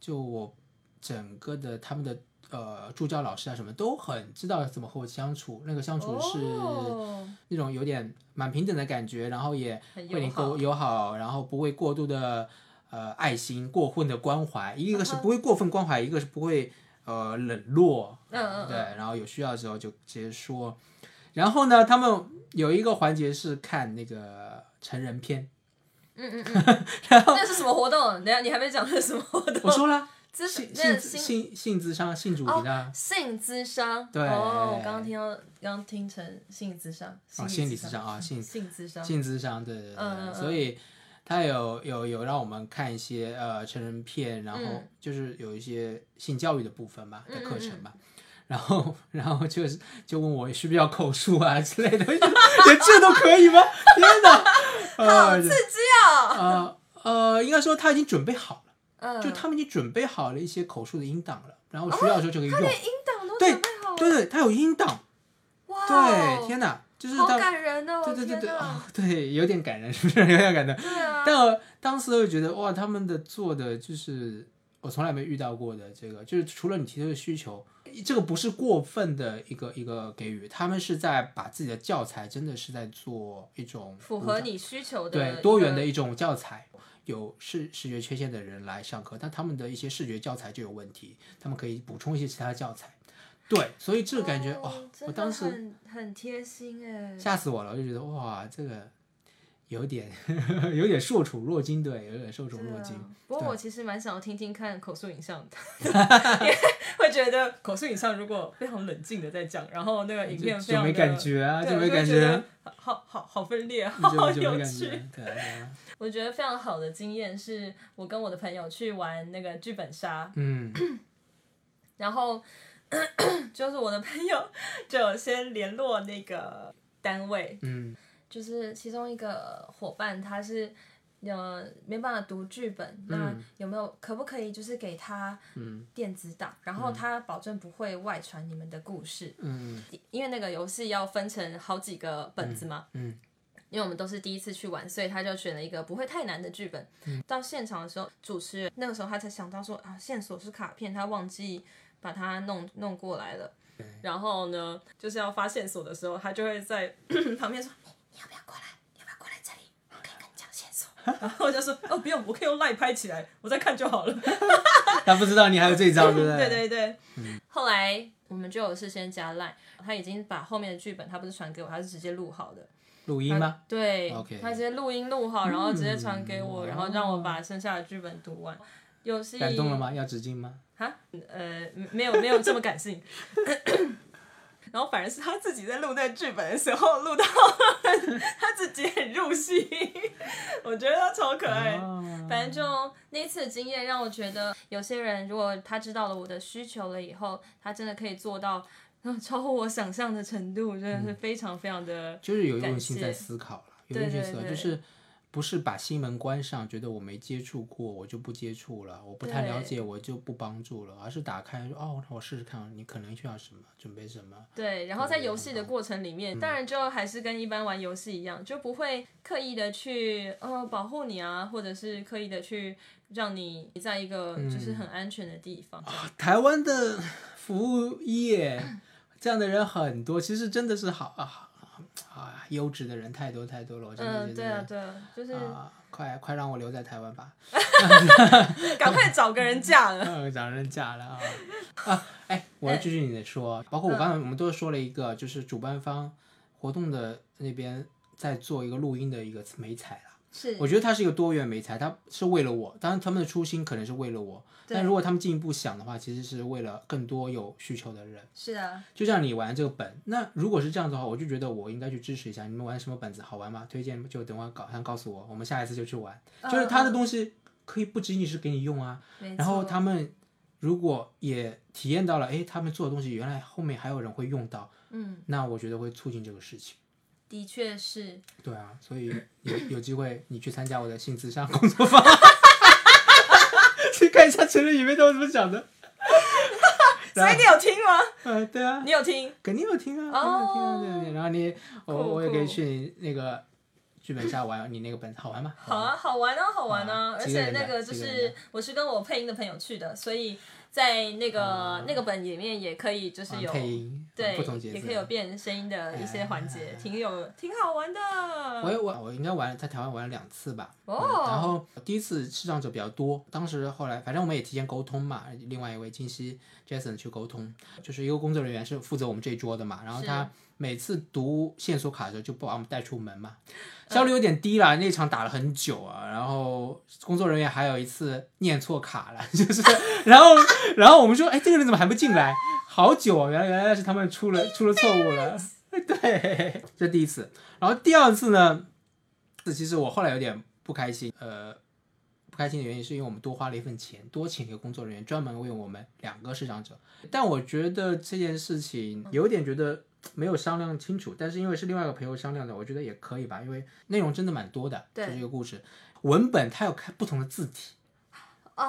Speaker 1: 就我整个的他们的呃助教老师啊什么都很知道怎么和我相处，那个相处是。
Speaker 2: 嗯哦
Speaker 1: 那种有点蛮平等的感觉，然后也
Speaker 2: 很
Speaker 1: 会
Speaker 2: 友
Speaker 1: 你
Speaker 2: 好
Speaker 1: 够友好，然后不会过度的呃爱心、过分的关怀，一个是
Speaker 2: 嗯
Speaker 1: 不会过分关怀，一个是不会呃冷落，
Speaker 2: 嗯嗯嗯
Speaker 1: 对，然后有需要的时候就直接说。然后呢，他们有一个环节是看那个成人片，
Speaker 2: 嗯嗯嗯， 那是什么活动？等一下你还没讲那是什么活
Speaker 1: 我
Speaker 2: 动？
Speaker 1: 说了，
Speaker 2: 哦资
Speaker 1: 性
Speaker 2: 那哦
Speaker 1: 性
Speaker 2: 性
Speaker 1: 性性智商、性主题的啊
Speaker 2: 性资商，
Speaker 1: 对
Speaker 2: 哦，我刚刚听到，刚刚听成性资商，
Speaker 1: 啊，
Speaker 2: 心
Speaker 1: 心理智商 啊，性
Speaker 2: 性资商，
Speaker 1: 性智商，对对对，对
Speaker 2: 嗯嗯嗯
Speaker 1: 所以他有有有让我们看一些呃成人片，然后
Speaker 2: 嗯
Speaker 1: 就是有一些性教育的部分吧、的课程吧。然后然后就是就问我需不需要口述啊之类的， 我就觉得连这都可以吗？ 天哪，
Speaker 2: 好
Speaker 1: 呃
Speaker 2: 刺激哦！
Speaker 1: 呃呃，应该说他已经准备好了，
Speaker 2: 嗯，哦
Speaker 1: 就他们已经准备好了一些口述的音档了，然后需要的时候就可以用。
Speaker 2: 他连音档都
Speaker 1: 对
Speaker 2: 准备好了，
Speaker 1: 对对，他有音档，
Speaker 2: 哇哦，
Speaker 1: 对，天哪，就是
Speaker 2: 好
Speaker 1: 他。
Speaker 2: 感人哦！
Speaker 1: 对对对对
Speaker 2: 天哪
Speaker 1: 啊、对，有点感人，是不是有点感人？
Speaker 2: 对 啊，
Speaker 1: 但我当时就觉得哇，他们的做的就是我从来没遇到过的这个，就是除了你提出的需求，这个不是过分的一个一个给予，他们是在把自己的教材真的是在做一种
Speaker 2: 符合你需求的
Speaker 1: 对
Speaker 2: 一
Speaker 1: 多
Speaker 2: 个
Speaker 1: 元的一种教材。有视视觉缺陷的人来上课，但他们的一些视觉教材就有问题，他们可以补充一些其他教材。对，所以这感觉哇、
Speaker 2: 哦真
Speaker 1: 我
Speaker 2: 的
Speaker 1: 当时
Speaker 2: 很很贴心哎，
Speaker 1: 吓死我了！我就觉得哇，这个有点 有点受宠若惊，对，有点受宠
Speaker 2: 对
Speaker 1: 若
Speaker 2: 啊
Speaker 1: 惊。
Speaker 2: 不过我其实蛮想要听听看口述影像 的，因为会觉得口述影像如果非常冷静的在讲，然后那个影片
Speaker 1: 就
Speaker 2: 非
Speaker 1: 就
Speaker 2: 常
Speaker 1: 没
Speaker 2: 地
Speaker 1: 感觉啊，
Speaker 2: 对
Speaker 1: 就没
Speaker 2: 会
Speaker 1: 感
Speaker 2: 觉
Speaker 1: 觉
Speaker 2: 得，好好好好分裂，好好
Speaker 1: 就就没
Speaker 2: 有
Speaker 1: 感
Speaker 2: 趣。
Speaker 1: 觉，对啊对 啊，
Speaker 2: 我觉得非常好的经验是我跟我的朋友去玩那个剧本杀，
Speaker 1: 嗯，
Speaker 2: 然后 就是我的朋友就有先联络那个单位，
Speaker 1: 嗯
Speaker 2: 就是其中一个伙伴，他是呃没办法读剧本，那有没有可不可以就是给他
Speaker 1: 嗯
Speaker 2: 电子档，然后他保证不会外传你们的故事，
Speaker 1: 嗯
Speaker 2: 因为那个游戏要分成好几个本子嘛。
Speaker 1: 嗯
Speaker 2: 因为我们都是第一次去玩，所以他就选了一个不会太难的剧本。到现场的时候，主持人那个时候他才想到说啊，线索是卡片，他忘记把它弄弄过来了。然后呢，就是要发线索的时候，他就会在 旁边说：“你要不要过来？要不要过来这里？我可以跟你讲线索。” 然后我就说：“哦，不用，我可以用赖拍起来，我再看就好了。”
Speaker 1: 他不知道你还有这一招，对不对？
Speaker 2: 对对对。后来我们就有事先加赖，他已经把后面的剧本，他不是传给我，他是直接录好的。
Speaker 1: 录音吗？
Speaker 2: 啊对
Speaker 1: OK
Speaker 2: 他直接录音录好，然后直接传给
Speaker 1: 嗯
Speaker 2: 我，然后让我把剩下的剧本读完。游戏
Speaker 1: 感动了吗？要纸巾吗？
Speaker 2: 啊？呃，没有没有这么感性。 然后反而是他自己在录那剧本的时候，录到他自己很入戏， 我觉得他超可爱的。
Speaker 1: 哦
Speaker 2: 反正就那次的经验让我觉得，有些人如果他知道了我的需求了以后，他真的可以做到，嗯，超乎我想象的程度，真
Speaker 1: 嗯
Speaker 2: 的是非常非常的，
Speaker 1: 就是有用
Speaker 2: 感
Speaker 1: 心
Speaker 2: 谢
Speaker 1: 在思考了，有
Speaker 2: 对
Speaker 1: 用心
Speaker 2: 对
Speaker 1: 思考，
Speaker 2: 对
Speaker 1: 就是不是把心门关上，觉得我没接触过，我就不接触了，我不太了
Speaker 2: 对
Speaker 1: 解，我就不帮助了，而是打开说哦，那我试试看，你可能需要什么，准备什么，
Speaker 2: 对。然后在游戏的过程里
Speaker 1: 嗯
Speaker 2: 面，当然就还是跟一般玩游戏一样，就不会刻意的去呃保护你啊，或者是刻意的去让你在一个
Speaker 1: 嗯
Speaker 2: 就是很安全的地方。
Speaker 1: 台湾的服务业这样的人很多，其实真的是好啊啊，优质的人太多太多了，我真的
Speaker 2: 嗯，
Speaker 1: 觉
Speaker 2: 对
Speaker 1: 得、
Speaker 2: 啊，对啊，就是
Speaker 1: 啊，快快让我留在台湾吧，
Speaker 2: 赶快找个人嫁 了。
Speaker 1: 嗯让人嫁了 啊啊！哎，我要继续你的
Speaker 2: 嗯
Speaker 1: 说，包括我刚才我们都说了一个，就是主办方活动的那边在做一个录音的一个美彩啦。
Speaker 2: 是，
Speaker 1: 我觉得它是一个多元美才，它是为了我，当然他们的初心可能是为了我，但如果他们进一步想的话，其实是为了更多有需求的人。
Speaker 2: 是啊，
Speaker 1: 就像你玩这个本，那如果是这样的话，我就觉得我应该去支持一下。你们玩什么本子好玩吗？推荐就等会儿搞，他告诉我，我们下一次就去玩。就是他的东西可以不仅仅是给你用啊，
Speaker 2: 嗯没
Speaker 1: 然后
Speaker 2: 错
Speaker 1: 他们如果也体验到了，哎，他们做的东西原来后面还有人会用到，
Speaker 2: 嗯，
Speaker 1: 那我觉得会促进这个事情。
Speaker 2: 的确是。
Speaker 1: 对啊，所以有有机会你去参加我的性智商工作坊， 去看一下陈瑞宇妹他们怎么想的。
Speaker 2: 所以你有听吗？
Speaker 1: 呃，对啊，
Speaker 2: 你有听？
Speaker 1: 肯定有听啊，肯定有听啊，对对对。然后你，我
Speaker 2: 哦酷
Speaker 1: 我也可以
Speaker 2: 酷
Speaker 1: 去你那个剧本下玩，你那个本子好玩吗？
Speaker 2: 好啊，好玩啊，好玩啊！
Speaker 1: 啊
Speaker 2: 而
Speaker 1: 几个
Speaker 2: 且
Speaker 1: 人的
Speaker 2: 那个就
Speaker 1: 几个
Speaker 2: 是
Speaker 1: 人
Speaker 2: 我是跟我配音的朋友去的，所以在那个
Speaker 1: 啊
Speaker 2: 那个本里面也可以就是
Speaker 1: 玩
Speaker 2: 有
Speaker 1: 配音，
Speaker 2: 对
Speaker 1: 不同，节
Speaker 2: 也
Speaker 1: 奏哎
Speaker 2: 可以。有变声音的一些环节，挺有挺好玩
Speaker 1: 我
Speaker 2: 的。
Speaker 1: 也我我应该玩在台湾玩了两次吧，嗯然
Speaker 2: 哦，
Speaker 1: 后第一次视障者比较多，当时后来反正我们也提前沟通嘛，另外一位金熙 Jason 去沟通，就是一个工作人员是负责我们这一桌的嘛，然后他每次读线索卡的时候就不把我们带出门嘛，效率有点低啦，那场打了很久啊，然后工作人员还有一次念错卡了， 就是然后然后我们说，哎，这个人怎么还不进来？好久啊，原来原来是他们出了出了错误了， 对，这第一次，然后第二次呢，这其实我后来有点不开心，呃，不开心的原因，是因为我们多花了一份钱，多请一个工作人员专门为我们两个视障者。但我觉得这件事情有点觉得没有商量清楚，但是因为是另外一个朋友商量的，我觉得也可以吧，因为内容真的蛮多的，就
Speaker 2: 对
Speaker 1: 是这个故事文本它有开不同的字体，
Speaker 2: 啊，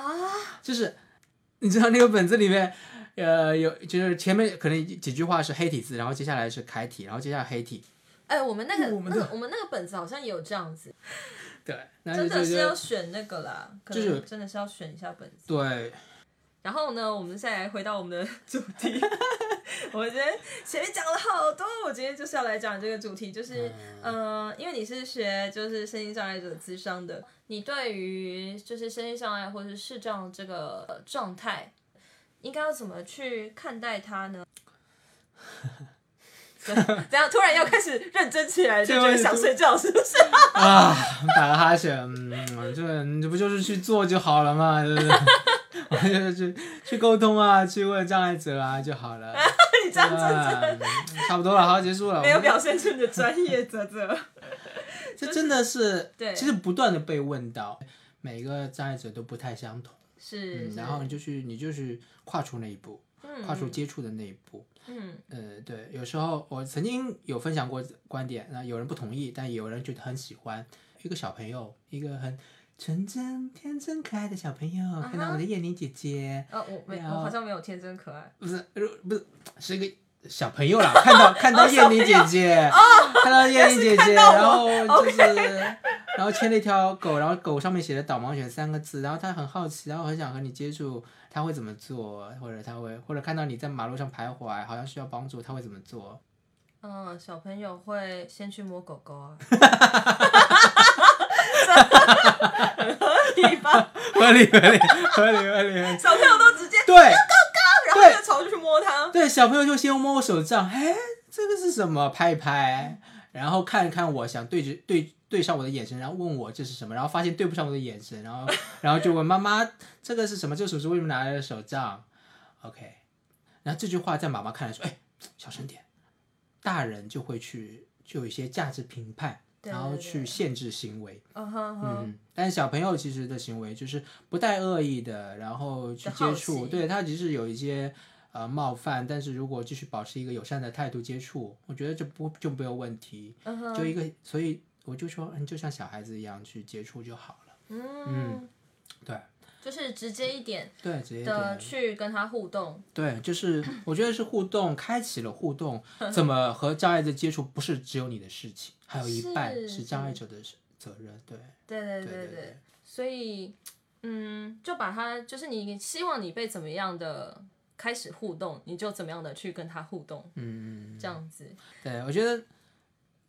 Speaker 1: 就是你知道那个本子里面，呃，有就是前面可能几句话是黑体字，然后接下来是楷体，然后接下来黑体。
Speaker 2: 哎，我们那个
Speaker 1: 嗯我们
Speaker 2: 那个我们那个本子好像也有这样子，
Speaker 1: 对，那就
Speaker 2: 真的
Speaker 1: 就是
Speaker 2: 要选那个啦，可
Speaker 1: 就是
Speaker 2: 能真的是要选一下本子。
Speaker 1: 对，
Speaker 2: 然后呢，我们再来回到我们的主 题。我觉得前面讲了好多，我今天就是要来讲这个主题，就是，嗯、呃，因为你是学就是身心障碍者咨商的，你对于就是身心障碍或者是视障这个呃状态，应该要怎么去看待 它呢？怎怎样突然要开始认真起来，就觉得想睡觉，是不是？
Speaker 1: 啊，打个哈欠，嗯，这你这不就是去做就好了嘛，对不对？我就是 去去沟通啊，去问障碍者啊就好 了。
Speaker 2: 你这样真的
Speaker 1: 嗯差不多了，好，结束了。
Speaker 2: 没有
Speaker 1: 啊我们嗯
Speaker 2: 表现出你的专业，泽 泽。
Speaker 1: 这真的是，
Speaker 2: 对
Speaker 1: 其实不断的被问到，每个障碍者都不太相同。
Speaker 2: 是
Speaker 1: 嗯，，然后你就去，你就去跨出那一步，跨出接触的那一步。
Speaker 2: 嗯
Speaker 1: 呃，对，有时候我曾经有分享过观点，那有人不同意，但也有人觉得很喜欢。一个小朋友，一个很纯真、天真、可爱的小朋友，看到我们的燕妮姐姐，
Speaker 2: 呃，我没，
Speaker 1: 然后
Speaker 2: 我好像没有天真可爱。
Speaker 1: 不是，如不是，是一个小朋友啦， 看到看到燕妮姐姐，
Speaker 2: 哦
Speaker 1: 看到燕妮姐姐，
Speaker 2: 到我
Speaker 1: 然后就是， 然后牵了一条狗，然后狗上面写着“导盲犬”三个字，然后他很好奇，然后很想和你接触，他会怎么做，或者他会，或者看到你在马路上徘徊，好像需要帮助，他会怎么做？
Speaker 2: 嗯，小朋友会先去摸狗狗 啊，很合理吧？
Speaker 1: 合理合理合理合理，合理
Speaker 2: 小朋友都直接，
Speaker 1: 对
Speaker 2: 然后就冲去摸它。
Speaker 1: 对，小朋友就先摸我手杖，哎，这个是什么？拍一拍，然后看看我，想对着对对上我的眼神，然后问我这是什么，然后发现对不上我的眼神，然后然后就问妈妈这个是什么？这叔叔为什么拿来的手杖？OK，然后这句话在妈妈看来说，哎，小声点，大人就会去就有一些价值评判，
Speaker 2: 对
Speaker 1: 然后
Speaker 2: 对
Speaker 1: 去限制行为。
Speaker 2: 嗯哼哼，
Speaker 1: 嗯，但是小朋友其实的行为就是不带恶意的，然后去
Speaker 2: 的好
Speaker 1: 接触，
Speaker 2: 奇
Speaker 1: 对他即使有一些呃冒犯，但是如果继续保持一个友善的态度接触，我觉得这不就没有问题。
Speaker 2: 嗯哼，
Speaker 1: 就一个，所以我就说，嗯，就像小孩子一样去接触就好了。
Speaker 2: 嗯，
Speaker 1: 对，
Speaker 2: 就是直接一点
Speaker 1: 对，直接
Speaker 2: 的
Speaker 1: 点。
Speaker 2: 去跟它互动。
Speaker 1: 对， 就是我觉得是互动，开启了互动。怎么和障碍者接触，不是只有你的事情，还有一半
Speaker 2: 是
Speaker 1: 是障碍
Speaker 2: 是
Speaker 1: 者的事责任。对，
Speaker 2: 对
Speaker 1: 对
Speaker 2: 对对
Speaker 1: 对，
Speaker 2: 所以嗯，就把它，就是你希望你被怎么样的开始互动，你就怎么样的去跟它互动，
Speaker 1: 嗯。
Speaker 2: 这样子。
Speaker 1: 对，我觉得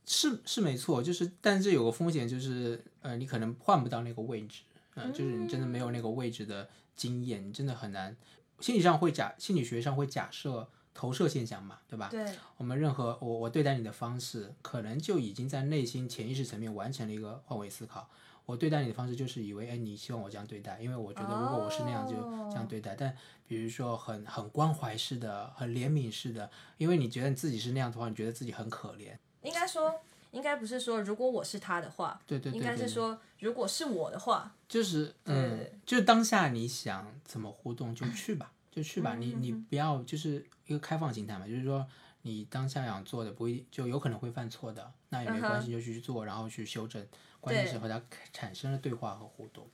Speaker 1: 是是没错，就是但是有个风险就是，呃，你可能换不到那个位置，呃，就是你真的没有那个位置的经验，你真的很难。心理上会假，心理学上会假设投射现象嘛，对吧？
Speaker 2: 对，
Speaker 1: 我们任何我我对待你的方式，可能就已经在内心潜意识层面完成了一个换位思考。我对待你的方式就是以为，哎，你希望我这样对待，因为我觉得如果我是那样就
Speaker 2: 哦
Speaker 1: 这样对待。但比如说很很关怀式的、很怜悯式的，因为你觉得你自己是那样的话，你觉得自己很可怜。
Speaker 2: 应该说，应该不是说如果我是他的话，
Speaker 1: 对对对
Speaker 2: 应该
Speaker 1: 对
Speaker 2: 是说如果是我的话，
Speaker 1: 就是
Speaker 2: 对对
Speaker 1: 嗯，就是当下你想怎么互动就去吧，就去
Speaker 2: 嗯
Speaker 1: 吧。你你不要就是一个开放心态嘛，就是说你当下想做的不一就有可能会犯错的，那
Speaker 2: 嗯
Speaker 1: 也没关系，就去做，然后去修正。关键是和他产生了对话和互动，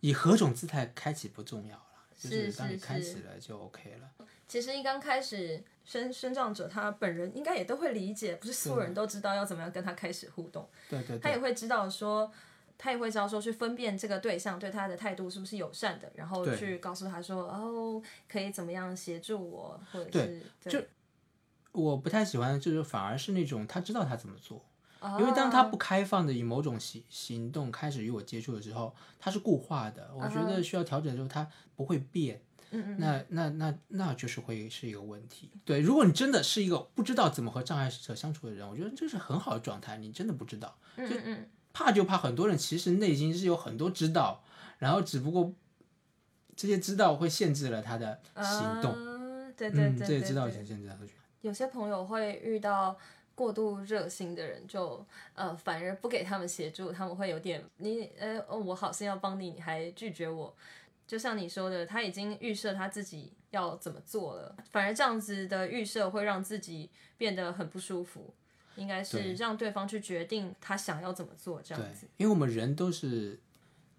Speaker 1: 以何种姿态开启不重要了，就是当你
Speaker 2: 是
Speaker 1: 开
Speaker 2: 是
Speaker 1: 启了就 OK 了。
Speaker 2: 其实一刚开始生生长者他本人应该也都会理解，不是所有人都知道要怎么样跟他开始互动，
Speaker 1: 对对
Speaker 2: 他
Speaker 1: 对
Speaker 2: 也会知道说。他也会知道说去分辨这个对象对他的态度是不是友善的，然后
Speaker 1: 对
Speaker 2: 去告诉他说哦可以怎么样协助我，或者是对
Speaker 1: 就我不太喜欢，就是反而是那种他知道他怎么做，
Speaker 2: 啊
Speaker 1: 因为当
Speaker 2: 哦
Speaker 1: 他不开放的以某种行行动开始与我接触的时候，他是固化的。我
Speaker 2: 嗯
Speaker 1: 觉得需要调整的时候，他不会变。嗯嗯，那那那那就是会是一个问题。对，如果你真的是一个不知道怎么和障碍者相处的人，我觉得这是很好的状态。你真的不知道，
Speaker 2: 嗯嗯嗯
Speaker 1: 怕就怕很多人其实内心是有很多知道，然后只不过这些知道会限制了他的行动。
Speaker 2: 啊对对对
Speaker 1: 嗯，这
Speaker 2: 对
Speaker 1: 些知道
Speaker 2: 对
Speaker 1: 限制了他的行动。
Speaker 2: 有些朋友会遇到过度热心的人就呃反而不给他们协助，他们会有点你呃、哦、我好心要帮你，你还拒绝我。就像你说的，他已经预设他自己要怎么做了，反而这样子的预设会让自己变得很不舒服。应该是让对方去决定他想要怎么做，这样子。
Speaker 1: 因为我们人都是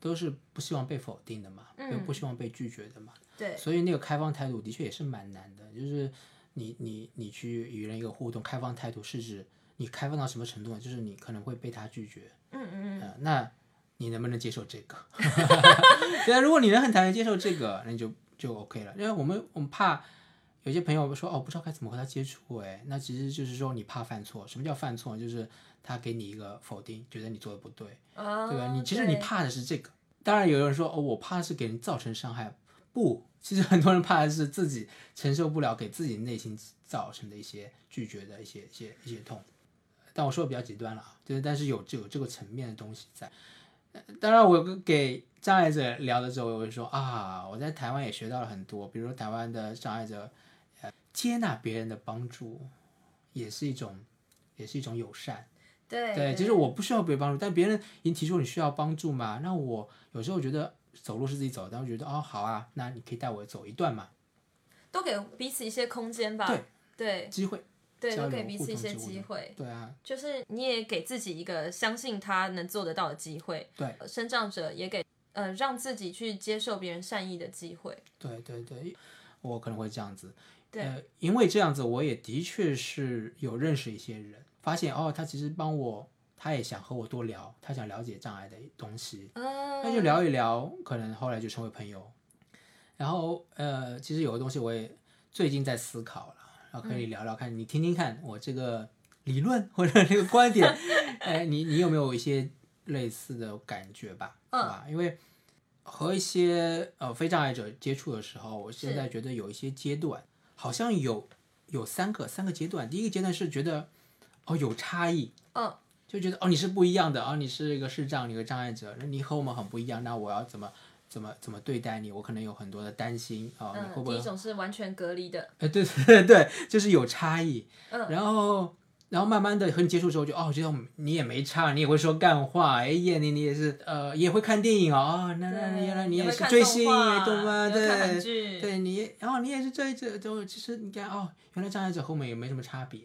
Speaker 1: 都是不希望被否定的嘛，嗯、不希望被拒绝的嘛。
Speaker 2: 对，
Speaker 1: 所以那个开放态度的确也是蛮难的。就是你你你去与人一个互动，开放态度是指你开放到什么程度呢？就是你可能会被他拒绝。
Speaker 2: 嗯嗯嗯、
Speaker 1: 呃。那你能不能接受这个？ 对啊，如果你能很坦然接受这个，那你就就 OK 了。因为我们我们怕。有些朋友说哦，不知道该怎么和他接触，哎，那其实就是说你怕犯错。什么叫犯错？就是他给你一个否定，觉得你做的不对，
Speaker 2: 哦、
Speaker 1: 对吧？啊你其实你怕的是这个。当然，有人说哦，我怕是给人造成伤害，不，其实很多人怕的是自己承受不了，给自己内心造成的一些拒绝的一些一些一些痛。但我说的比较极端了啊，就是但是有这有这个层面的东西在。呃当然，我给障碍者聊的时候，我会说啊，我在台湾也学到了很多，比如台湾的障碍者。呃接纳别人的帮助，也是一种，也是一种友善。
Speaker 2: 对
Speaker 1: 对，
Speaker 2: 对
Speaker 1: 就是我不需要别人帮助，但别人已经提出你需要帮助嘛。那我有时候觉得走路是自己走，但我觉得哦好啊，那你可以带我走一段嘛。
Speaker 2: 都给彼此一些空间吧。对
Speaker 1: 机会。
Speaker 2: 对，
Speaker 1: 交
Speaker 2: 都
Speaker 1: 流
Speaker 2: 给彼此一些
Speaker 1: 互动
Speaker 2: 机会。
Speaker 1: 对啊，
Speaker 2: 就是你也给自己一个相信他能做得到的机会。
Speaker 1: 对
Speaker 2: 呃，生长者也给呃让自己去接受别人善意的机会。
Speaker 1: 对对对，我可能会这样子。
Speaker 2: 对
Speaker 1: 呃，因为这样子，我也的确是有认识一些人，发现哦，他其实帮我，他也想和我多聊，他想了解障碍的东西。
Speaker 2: 嗯，
Speaker 1: 那就聊一聊，可能后来就成为朋友。然后呃，其实有个东西我也最近在思考了，然后可
Speaker 2: 嗯
Speaker 1: 以聊聊看，你听听看我这个理论或者这个观点， 哎，你你有没有一些类似的感觉吧？
Speaker 2: 嗯
Speaker 1: 好吧，因为和一些呃非障碍者接触的时候，我现
Speaker 2: 是
Speaker 1: 在觉得有一些阶段，好像有有三个三个阶段。第一个阶段是觉得哦有差异，
Speaker 2: 嗯，
Speaker 1: 就觉得哦你是不一样的哦，你是一个视障，你是个障碍者，那你和我们很不一样，那我要怎么怎么怎么对待你？我可能有很多的担心啊、哦，你会
Speaker 2: 嗯，
Speaker 1: 不
Speaker 2: 第
Speaker 1: 会
Speaker 2: 一种是完全隔离的，
Speaker 1: 哎，对 对对对，就是有差异。
Speaker 2: 嗯
Speaker 1: 然后，然后慢慢的和你接触之后就，哦，觉得你也没差，你也会说干话，哎，叶你你也是，呃，也会看电影哦，哦那那那
Speaker 2: 对
Speaker 1: 原来你也
Speaker 2: 会
Speaker 1: 是
Speaker 2: 看
Speaker 1: 追
Speaker 2: 动
Speaker 1: 星
Speaker 2: 画
Speaker 1: 动漫，
Speaker 2: 也会看韩
Speaker 1: 对，
Speaker 2: 剧，
Speaker 1: 对，你也，然后你也是这这都，其实你看哦，原来障碍者和我们也没什么差别，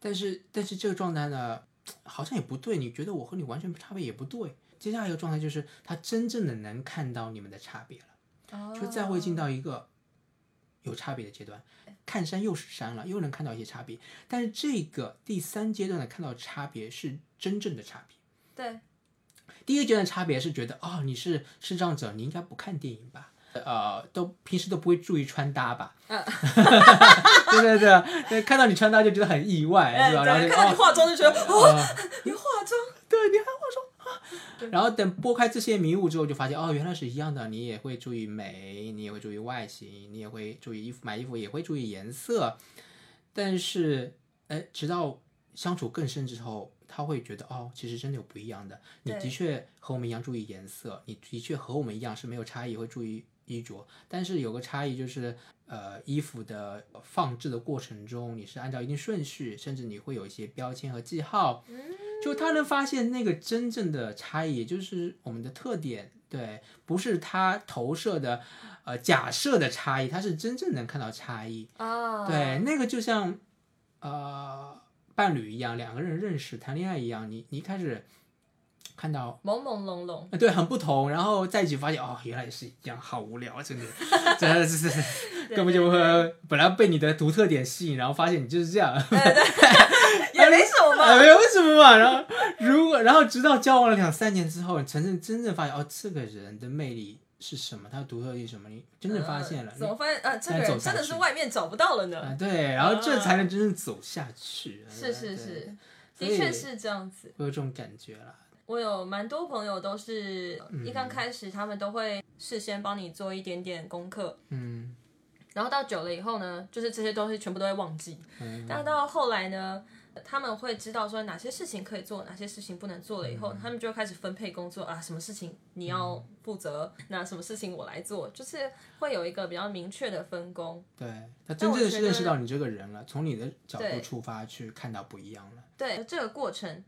Speaker 1: 但是但是这个状态呢，好像也不对，你觉得我和你完全差别也不对。接下来一个状态就是他真正的能看到你们的差别了。
Speaker 2: 哦，
Speaker 1: 就再会进到一个有差别的阶段，看山又是山了，又能看到一些差别。但是这个第三阶段的看到差别是真正的差别。
Speaker 2: 对，
Speaker 1: 第一个阶段的差别是觉得哦，你是视障者，你应该不看电影吧？呃，都平时都不会注意穿搭吧？
Speaker 2: 嗯
Speaker 1: 对 对对，对，看到你穿搭就觉得很意外，
Speaker 2: 哎
Speaker 1: 是吧？
Speaker 2: 对
Speaker 1: 然后就
Speaker 2: 看到你
Speaker 1: 哦，
Speaker 2: 化妆就觉得哦，
Speaker 1: 呃
Speaker 2: 你化妆，
Speaker 1: 对，你还化妆啊？然后等拨开这些迷雾之后，就发现哦，原来是一样的。你也会注意美，你也会注意外形，你也会注意衣服，买衣服也会注意颜色。但是，哎，直到相处更深之后，他会觉得哦，其实真的有不一样的。你
Speaker 2: 对
Speaker 1: 的确和我们一样注意颜色，你的确和我们一样是没有差异，会注意衣着。但是有个差异就是，呃，衣服的放置的过程中，你是按照一定顺序，甚至你会有一些标签和记号。就他能发现那个真正的差异，也就是我们的特点，对，不是他投射的，呃，假设的差异，他是真正能看到差异。
Speaker 2: 哦，
Speaker 1: 对，那个就像呃伴侣一样，两个人认识谈恋爱一样，你你一开始看到。
Speaker 2: 朦朦胧胧，
Speaker 1: 呃对，很不同，然后在一起发现哦，原来也是一样，好无聊，啊真的，真的是 根本就会本来被你的独特点吸引，然后发现你就是这样，
Speaker 2: 也没什么嘛，
Speaker 1: 哎，为什么嘛？然后如果然后直到交往了两三年之后，你真正真正发现哦，这个人的魅力是什么，他的独特点是什么，你真正发现了，
Speaker 2: 呃
Speaker 1: 你
Speaker 2: 怎么发现？呃，这个
Speaker 1: 才走
Speaker 2: 人
Speaker 1: 下
Speaker 2: 真的是
Speaker 1: 去
Speaker 2: 外面找不到了
Speaker 1: 啊、
Speaker 2: 呢。
Speaker 1: 对，然后这才能真正走下去。
Speaker 2: 是嗯是
Speaker 1: 对
Speaker 2: 是，
Speaker 1: 所
Speaker 2: 的确
Speaker 1: 以
Speaker 2: 是这样子。
Speaker 1: 我有这种感觉啦。
Speaker 2: 我有蛮多朋友都是一刚开始，他们都会事先帮你做一点点功课，
Speaker 1: 嗯，
Speaker 2: 然后到久了以后呢，就是这些东西全部都会忘记。但到后来呢，他们会知道说哪些事情可以做，哪些事情不能做了以后，他们就会开始分配工作啊，什么事情你要负责，那什么事情我来做，就是会有一个比较明确的分工。
Speaker 1: 对他真正
Speaker 2: 我
Speaker 1: 是
Speaker 2: 觉
Speaker 1: 认识到你这个人了，从你的角度
Speaker 2: 对
Speaker 1: 出发去看到不一样了。
Speaker 2: 对这个过程，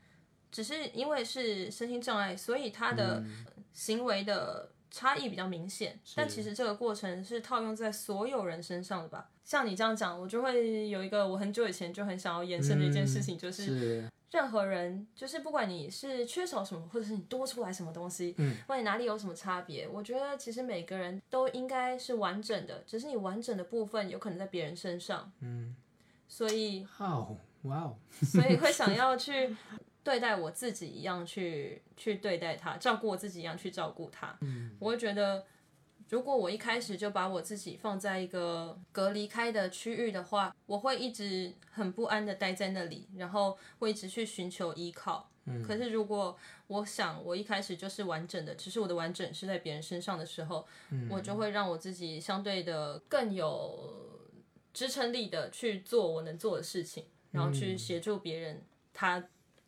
Speaker 2: 只是因为是身心障碍，所以他的行为的差异比较明显。但其实这个过程是套用在所有人身上的吧？像你这样讲，我就会有一个我很久以前就很想要延伸的一件事情，
Speaker 1: 嗯
Speaker 2: 就是
Speaker 1: 是
Speaker 2: 任何人，就是不管你是缺少什么，或者是你多出来什么东西，嗯，或者哪里有什么差别，我觉得其实每个人都应该是完整的，只是你完整的部分有可能在别人身上，嗯，所以
Speaker 1: 哦，哇哦，
Speaker 2: 所以会想要去对待我自己一样去去对待他，照顾我自己一样去照顾他，嗯，我会觉得。如果我一开始就把我自己放在一个隔离开的区域的话，我会一直很不安的待在那里，然后会一直去寻求依靠。可是如果我想我一开始就是完整的，只是我的完整是在别人身上的时候，我就会让我自己相对的更有支撑力的去做我能做的事情，然后去协助别人他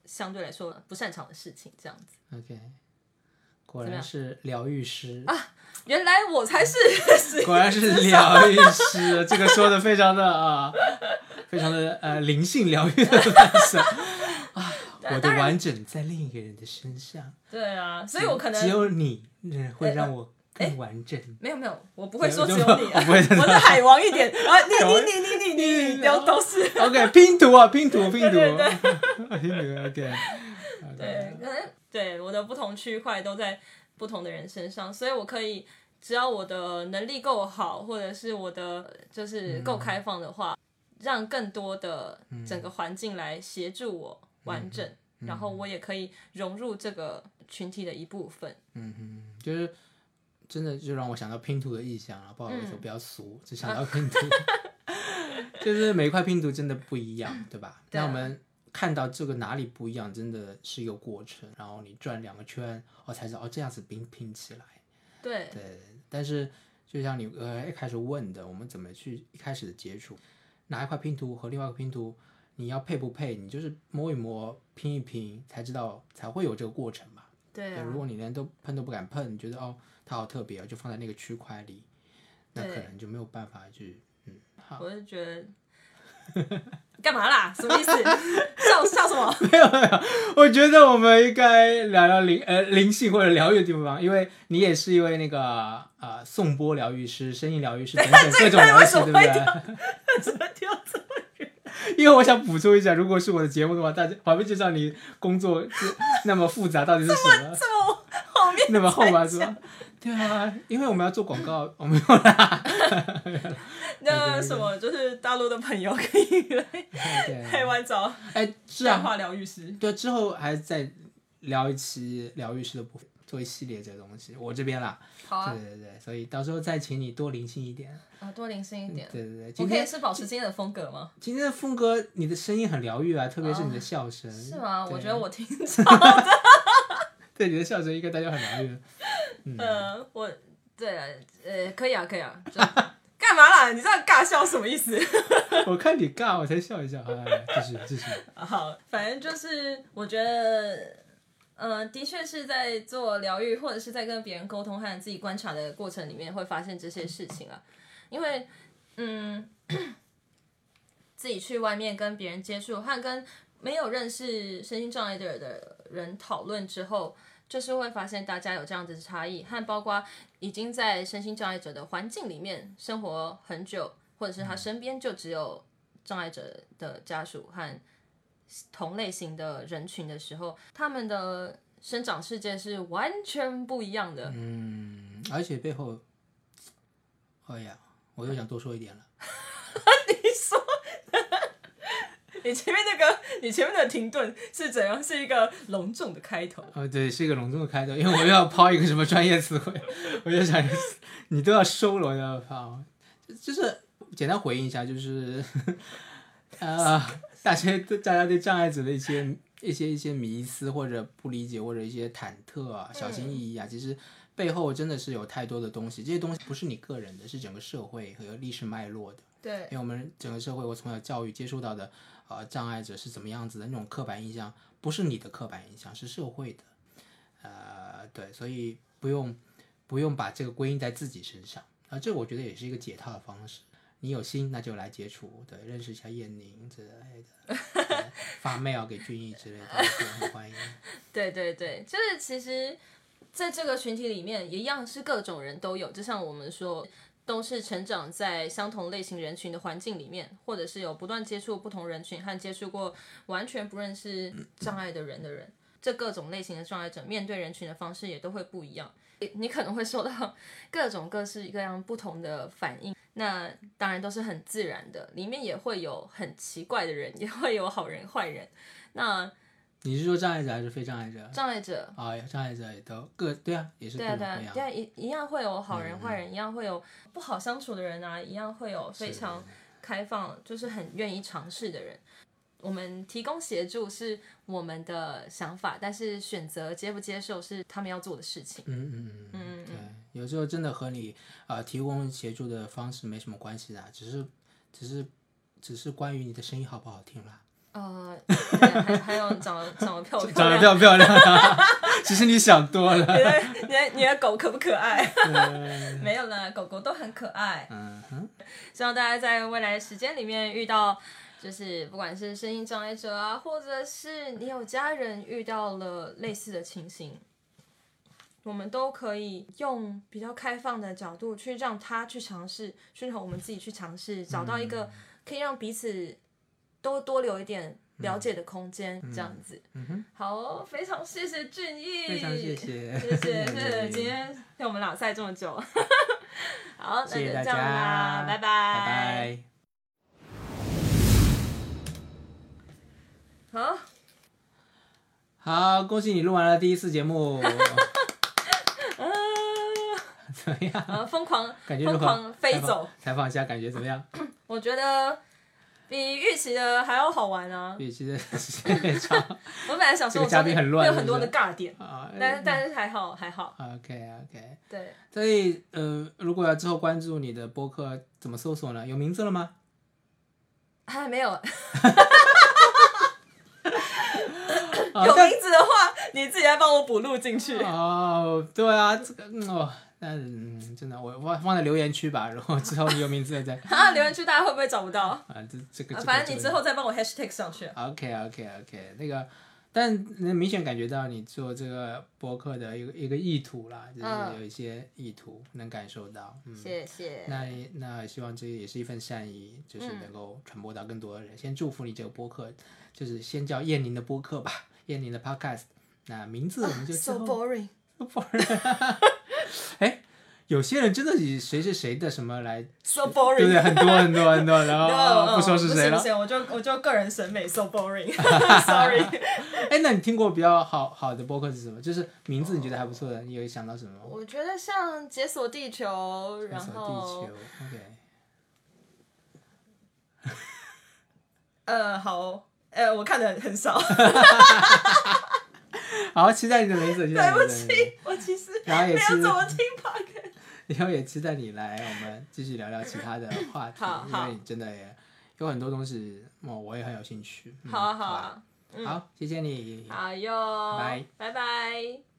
Speaker 2: 相对来说不擅长的事情，这样子。
Speaker 1: ，OK，果然是疗愈师，
Speaker 2: 啊原来我才是
Speaker 1: 果然是疗愈师，这个说的非常的啊，非常的呃灵性疗 愈的方式啊， 我的完整在另一个人的身上，
Speaker 2: 对啊，所以我可
Speaker 1: 只
Speaker 2: 能呃
Speaker 1: 有你嗯会让我更完整。
Speaker 2: 没有没有，我不会说
Speaker 1: 对
Speaker 2: 只
Speaker 1: 我
Speaker 2: 有
Speaker 1: 就
Speaker 2: 你、啊，
Speaker 1: 我不会这样
Speaker 2: 我是海王一点，啊，你你你你你你你都都是。
Speaker 1: OK，拼图啊，拼图，拼图，
Speaker 2: 对
Speaker 1: 拼图，OK，
Speaker 2: 对，可能嗯对我的不同区块都在不同的人身上，所以我可以，只要我的能力够好，或者是我的呃就是够开放的话，让更多的整个环境来协助我完整，然后我也可以融入这个群体的一部分。
Speaker 1: 嗯哼，就是真的就让我想到拼图的意象啊了，不好意
Speaker 2: 嗯
Speaker 1: 思，我比较俗，只想到拼图， 就是每一块拼图真的不一样，对吧？
Speaker 2: 对啊
Speaker 1: 那我们看到这个哪里不一样，真的是一个过程，然后你转两个圈，哦，才知道哦，这样子拼拼起来。
Speaker 2: 对，
Speaker 1: 对，但是就像你呃一开始问的，我们怎么去一开始的接触，拿一块拼图和另外一个拼图，你要配不配？你就是摸一摸、拼一拼，才知道才会有这个过程嘛。
Speaker 2: 对
Speaker 1: 对
Speaker 2: 啊，
Speaker 1: 如果你连都碰都不敢碰，你觉得哦它好特别哦，就放在那个区块里，那可
Speaker 2: 对
Speaker 1: 能就没有办法去嗯好。
Speaker 2: 我就觉得。干嘛啦？什么意思？ 笑笑 什么？
Speaker 1: 我觉得我们应该聊聊灵呃灵性或者疗愈的地方，因为你也是一位那个呃颂钵疗愈师、声音疗愈师等 等各种疗愈师，对不对？
Speaker 2: 怎么跳这么
Speaker 1: 因为我想补充一下，如果是我的节目的话，大家还会介绍你工作是那么复杂到底是什么，
Speaker 2: 这么后面？
Speaker 1: 那么后吧是吧？对啊，因为我们要做广告， 我们要啦。
Speaker 2: 那什么，就是大陆的朋友可以来台
Speaker 1: 对，
Speaker 2: 湾找
Speaker 1: 哎，是
Speaker 2: 量
Speaker 1: 啊，
Speaker 2: 化疗愈师。
Speaker 1: 对，之后还再聊一期疗愈师的部分，做一系列这个东西，我这边啦。
Speaker 2: 好啊，
Speaker 1: 对对对，所以到时候再请你多灵性一点。
Speaker 2: 啊多灵性一
Speaker 1: 对
Speaker 2: 点。
Speaker 1: 对对，
Speaker 2: 我
Speaker 1: 今
Speaker 2: 可以
Speaker 1: 天
Speaker 2: 是保持今天的风格吗？
Speaker 1: 今天的峰哥，你的声音很疗愈啊，特别是你的笑声。
Speaker 2: 哦是吗？
Speaker 1: 嗯对啊
Speaker 2: 我觉得我听，
Speaker 1: 对你的笑声应该大家很疗愈。嗯
Speaker 2: 呃，我对了，呃，可以啊，可以啊。就 干嘛啦？你这样尬笑什么意思？
Speaker 1: 我看你尬，我才笑一笑。好，来来继续继续。
Speaker 2: 好，反正就是我觉得，呃，的确是在做疗愈，或者是在跟别人沟通和自己观察的过程里面，会发现这些事情啊。因为，嗯，自己去外面跟别人接触，和跟没有认识身心障碍的的人讨论之后。就是会发现大家有这样子的差异，和包括已经在身心障碍者的环境里面生活很久，或者是他身边就只有障碍者的家属和同类型的人群的时候，他们的生长世界是完全不一样的。
Speaker 1: 嗯，而且背后，哎呀，我又想多说一点了。
Speaker 2: 你前面那个，你前面的停顿是怎样？是一个隆重的开头。
Speaker 1: 哦，对，是一个隆重的开头，因为我又要抛一个什么专业词汇，我就想你都要收了，我就要抛，就就是简单回应一下，就是，呃，大家对大家对障碍者的一些一些一些迷思或者不理解或者一些忐忑啊、小心翼翼啊，其实背后真的是有太多的东西，这些东西不是你个人的，是整个社会和历史脉络的。
Speaker 2: 对
Speaker 1: 因为我们整个社会，我从小教育接触到的，呃，障碍者是怎么样子的那种刻板印象，不是你的刻板印象，是社会的。呃，对，所以不用不用把这个归因在自己身上啊、这我觉得也是一个解套的方式。你有心，那就来接触，对，认识一下燕宁之类的，对 发 mail 给俊逸之类的，我很欢迎。
Speaker 2: 对对对，就是其实在这个群体里面，一样是各种人都有，就像我们说。都是成长在相同类型人群的环境里面，或者是有不断接触不同人群和接触过完全不认识障碍的人的人，这各种类型的障碍者面对人群的方式也都会不一样。你你可能会受到 各种各式各样不同的反应，那当然都是很自然的，里面也会有很奇怪的人，也会有好人坏人。那
Speaker 1: 你是说障碍者还是非障碍者？
Speaker 2: 障碍者
Speaker 1: 啊，有障碍者也都各对啊，也是各
Speaker 2: 对啊，
Speaker 1: 种
Speaker 2: 对
Speaker 1: 各
Speaker 2: 啊
Speaker 1: 样，。嗯
Speaker 2: 对啊，一一样会有好人坏人，一样会有不好相处的人啊，一样会有非常开放，就是很愿意尝试的人。我们提供协助是我们的想法，但是选择接不接受是他们要做的事情。
Speaker 1: 嗯嗯嗯嗯，对，有时候真的和你呃提供协助的方式没什么关系的，只是只是只是关于你的声音好不好听啦，
Speaker 2: 呃，对还还有长得长得漂不哦漂
Speaker 1: 长得
Speaker 2: 亮？
Speaker 1: 漂不漂亮 啊？只是你想多了。
Speaker 2: 你的你的你的狗可不可爱？ 没有啦，狗狗都很可爱。
Speaker 1: 嗯哼，
Speaker 2: 希望大家在未来时间里面遇到，就是不管是声音障碍者啊，或者是你有家人遇到了类似的情形，我们都可以用比较开放的角度去让他去尝试，去让我们自己去尝试，找到一个
Speaker 1: 嗯
Speaker 2: 可以让彼此都多留一点了解的空间，这样子。
Speaker 1: 嗯哼，
Speaker 2: 好哦，非常谢谢俊逸，
Speaker 1: 非常谢 谢，
Speaker 2: 谢谢，谢谢，今天陪我们老赛这么久。 好，那
Speaker 1: 谢
Speaker 2: 就
Speaker 1: 谢大
Speaker 2: 这样
Speaker 1: 家，
Speaker 2: 啦，拜拜，
Speaker 1: 拜拜。
Speaker 2: 好，
Speaker 1: 好，恭喜你录完了第一次节目，
Speaker 2: 啊，
Speaker 1: 怎么样？
Speaker 2: 疯狂，
Speaker 1: 感觉如
Speaker 2: 疯
Speaker 1: 何？
Speaker 2: 狂飞
Speaker 1: 采访
Speaker 2: 走，
Speaker 1: 采访一下感觉怎么样？
Speaker 2: 我觉得比预期的还要好玩啊！
Speaker 1: 比其实时间有点长
Speaker 2: 我本来想说，
Speaker 1: 这个
Speaker 2: 我
Speaker 1: 嘉宾很乱
Speaker 2: 有很多
Speaker 1: 是
Speaker 2: 的
Speaker 1: 不
Speaker 2: 尬点，
Speaker 1: 啊。
Speaker 2: 但是但是还好还好，
Speaker 1: OK OK，
Speaker 2: 对，
Speaker 1: 所以呃，如果要之后关注你的播客，怎么搜索呢？有名字了 吗？
Speaker 2: 还没有
Speaker 1: 啊
Speaker 2: 有名字的话，你自己来帮我补录进去。
Speaker 1: 哦，对啊，这个嗯哦，但嗯，真的我忘放在留言区吧，然后之后你有名字了再
Speaker 2: 啊，留言区大家会不会找不到？啊
Speaker 1: 啊，这这个、这个、
Speaker 2: 反正你
Speaker 1: 这
Speaker 2: 之
Speaker 1: 个
Speaker 2: 后再帮我 hashtag 上去。啊
Speaker 1: OK OK OK 那个。但能明显感觉到你做这个播客的一个一个意图啦，就是
Speaker 2: 嗯
Speaker 1: 有一些意图能感受到。嗯，
Speaker 2: 谢谢，
Speaker 1: 那那希望这也是一份善意，就是
Speaker 2: 嗯
Speaker 1: 能够传播到更多的人。先祝福你这个播客，就是先叫燕宁的播客吧，燕宁的 podcast。那名字我们就之
Speaker 2: so
Speaker 1: 后。
Speaker 2: boring。
Speaker 1: 哎，有些人真的以谁是谁的什么来，
Speaker 2: So
Speaker 1: 对
Speaker 2: boring，
Speaker 1: 不对？很多很多很多，然 后哦
Speaker 2: 嗯
Speaker 1: 不说是谁
Speaker 2: 不行
Speaker 1: 了
Speaker 2: 不。行，我就我就个人审美 so boring，sorry。
Speaker 1: 哎，那你听过比较好好的播客是什么？就是名字你觉得还不错的，你有想到什么？
Speaker 2: 我觉得像解锁地球，然
Speaker 1: 探
Speaker 2: 后
Speaker 1: 索地球，OK。
Speaker 2: 呃，好，呃，我看的很少，
Speaker 1: 好，期待你的名字，期待
Speaker 2: 对
Speaker 1: 你
Speaker 2: 不
Speaker 1: 的名字。
Speaker 2: 起，我其实
Speaker 1: 然后
Speaker 2: 没
Speaker 1: 也
Speaker 2: 有
Speaker 1: 是
Speaker 2: 怎么听 podcast。
Speaker 1: 以后也期待你来，我们继续聊聊其他的话题
Speaker 2: 好，
Speaker 1: 因
Speaker 2: 好
Speaker 1: 为你真的也有很多东西，我、我也很有兴趣。嗯、
Speaker 2: 好啊好
Speaker 1: 好吧
Speaker 2: 啊，
Speaker 1: 好，谢谢你，
Speaker 2: 好哟，
Speaker 1: 拜
Speaker 2: 拜拜。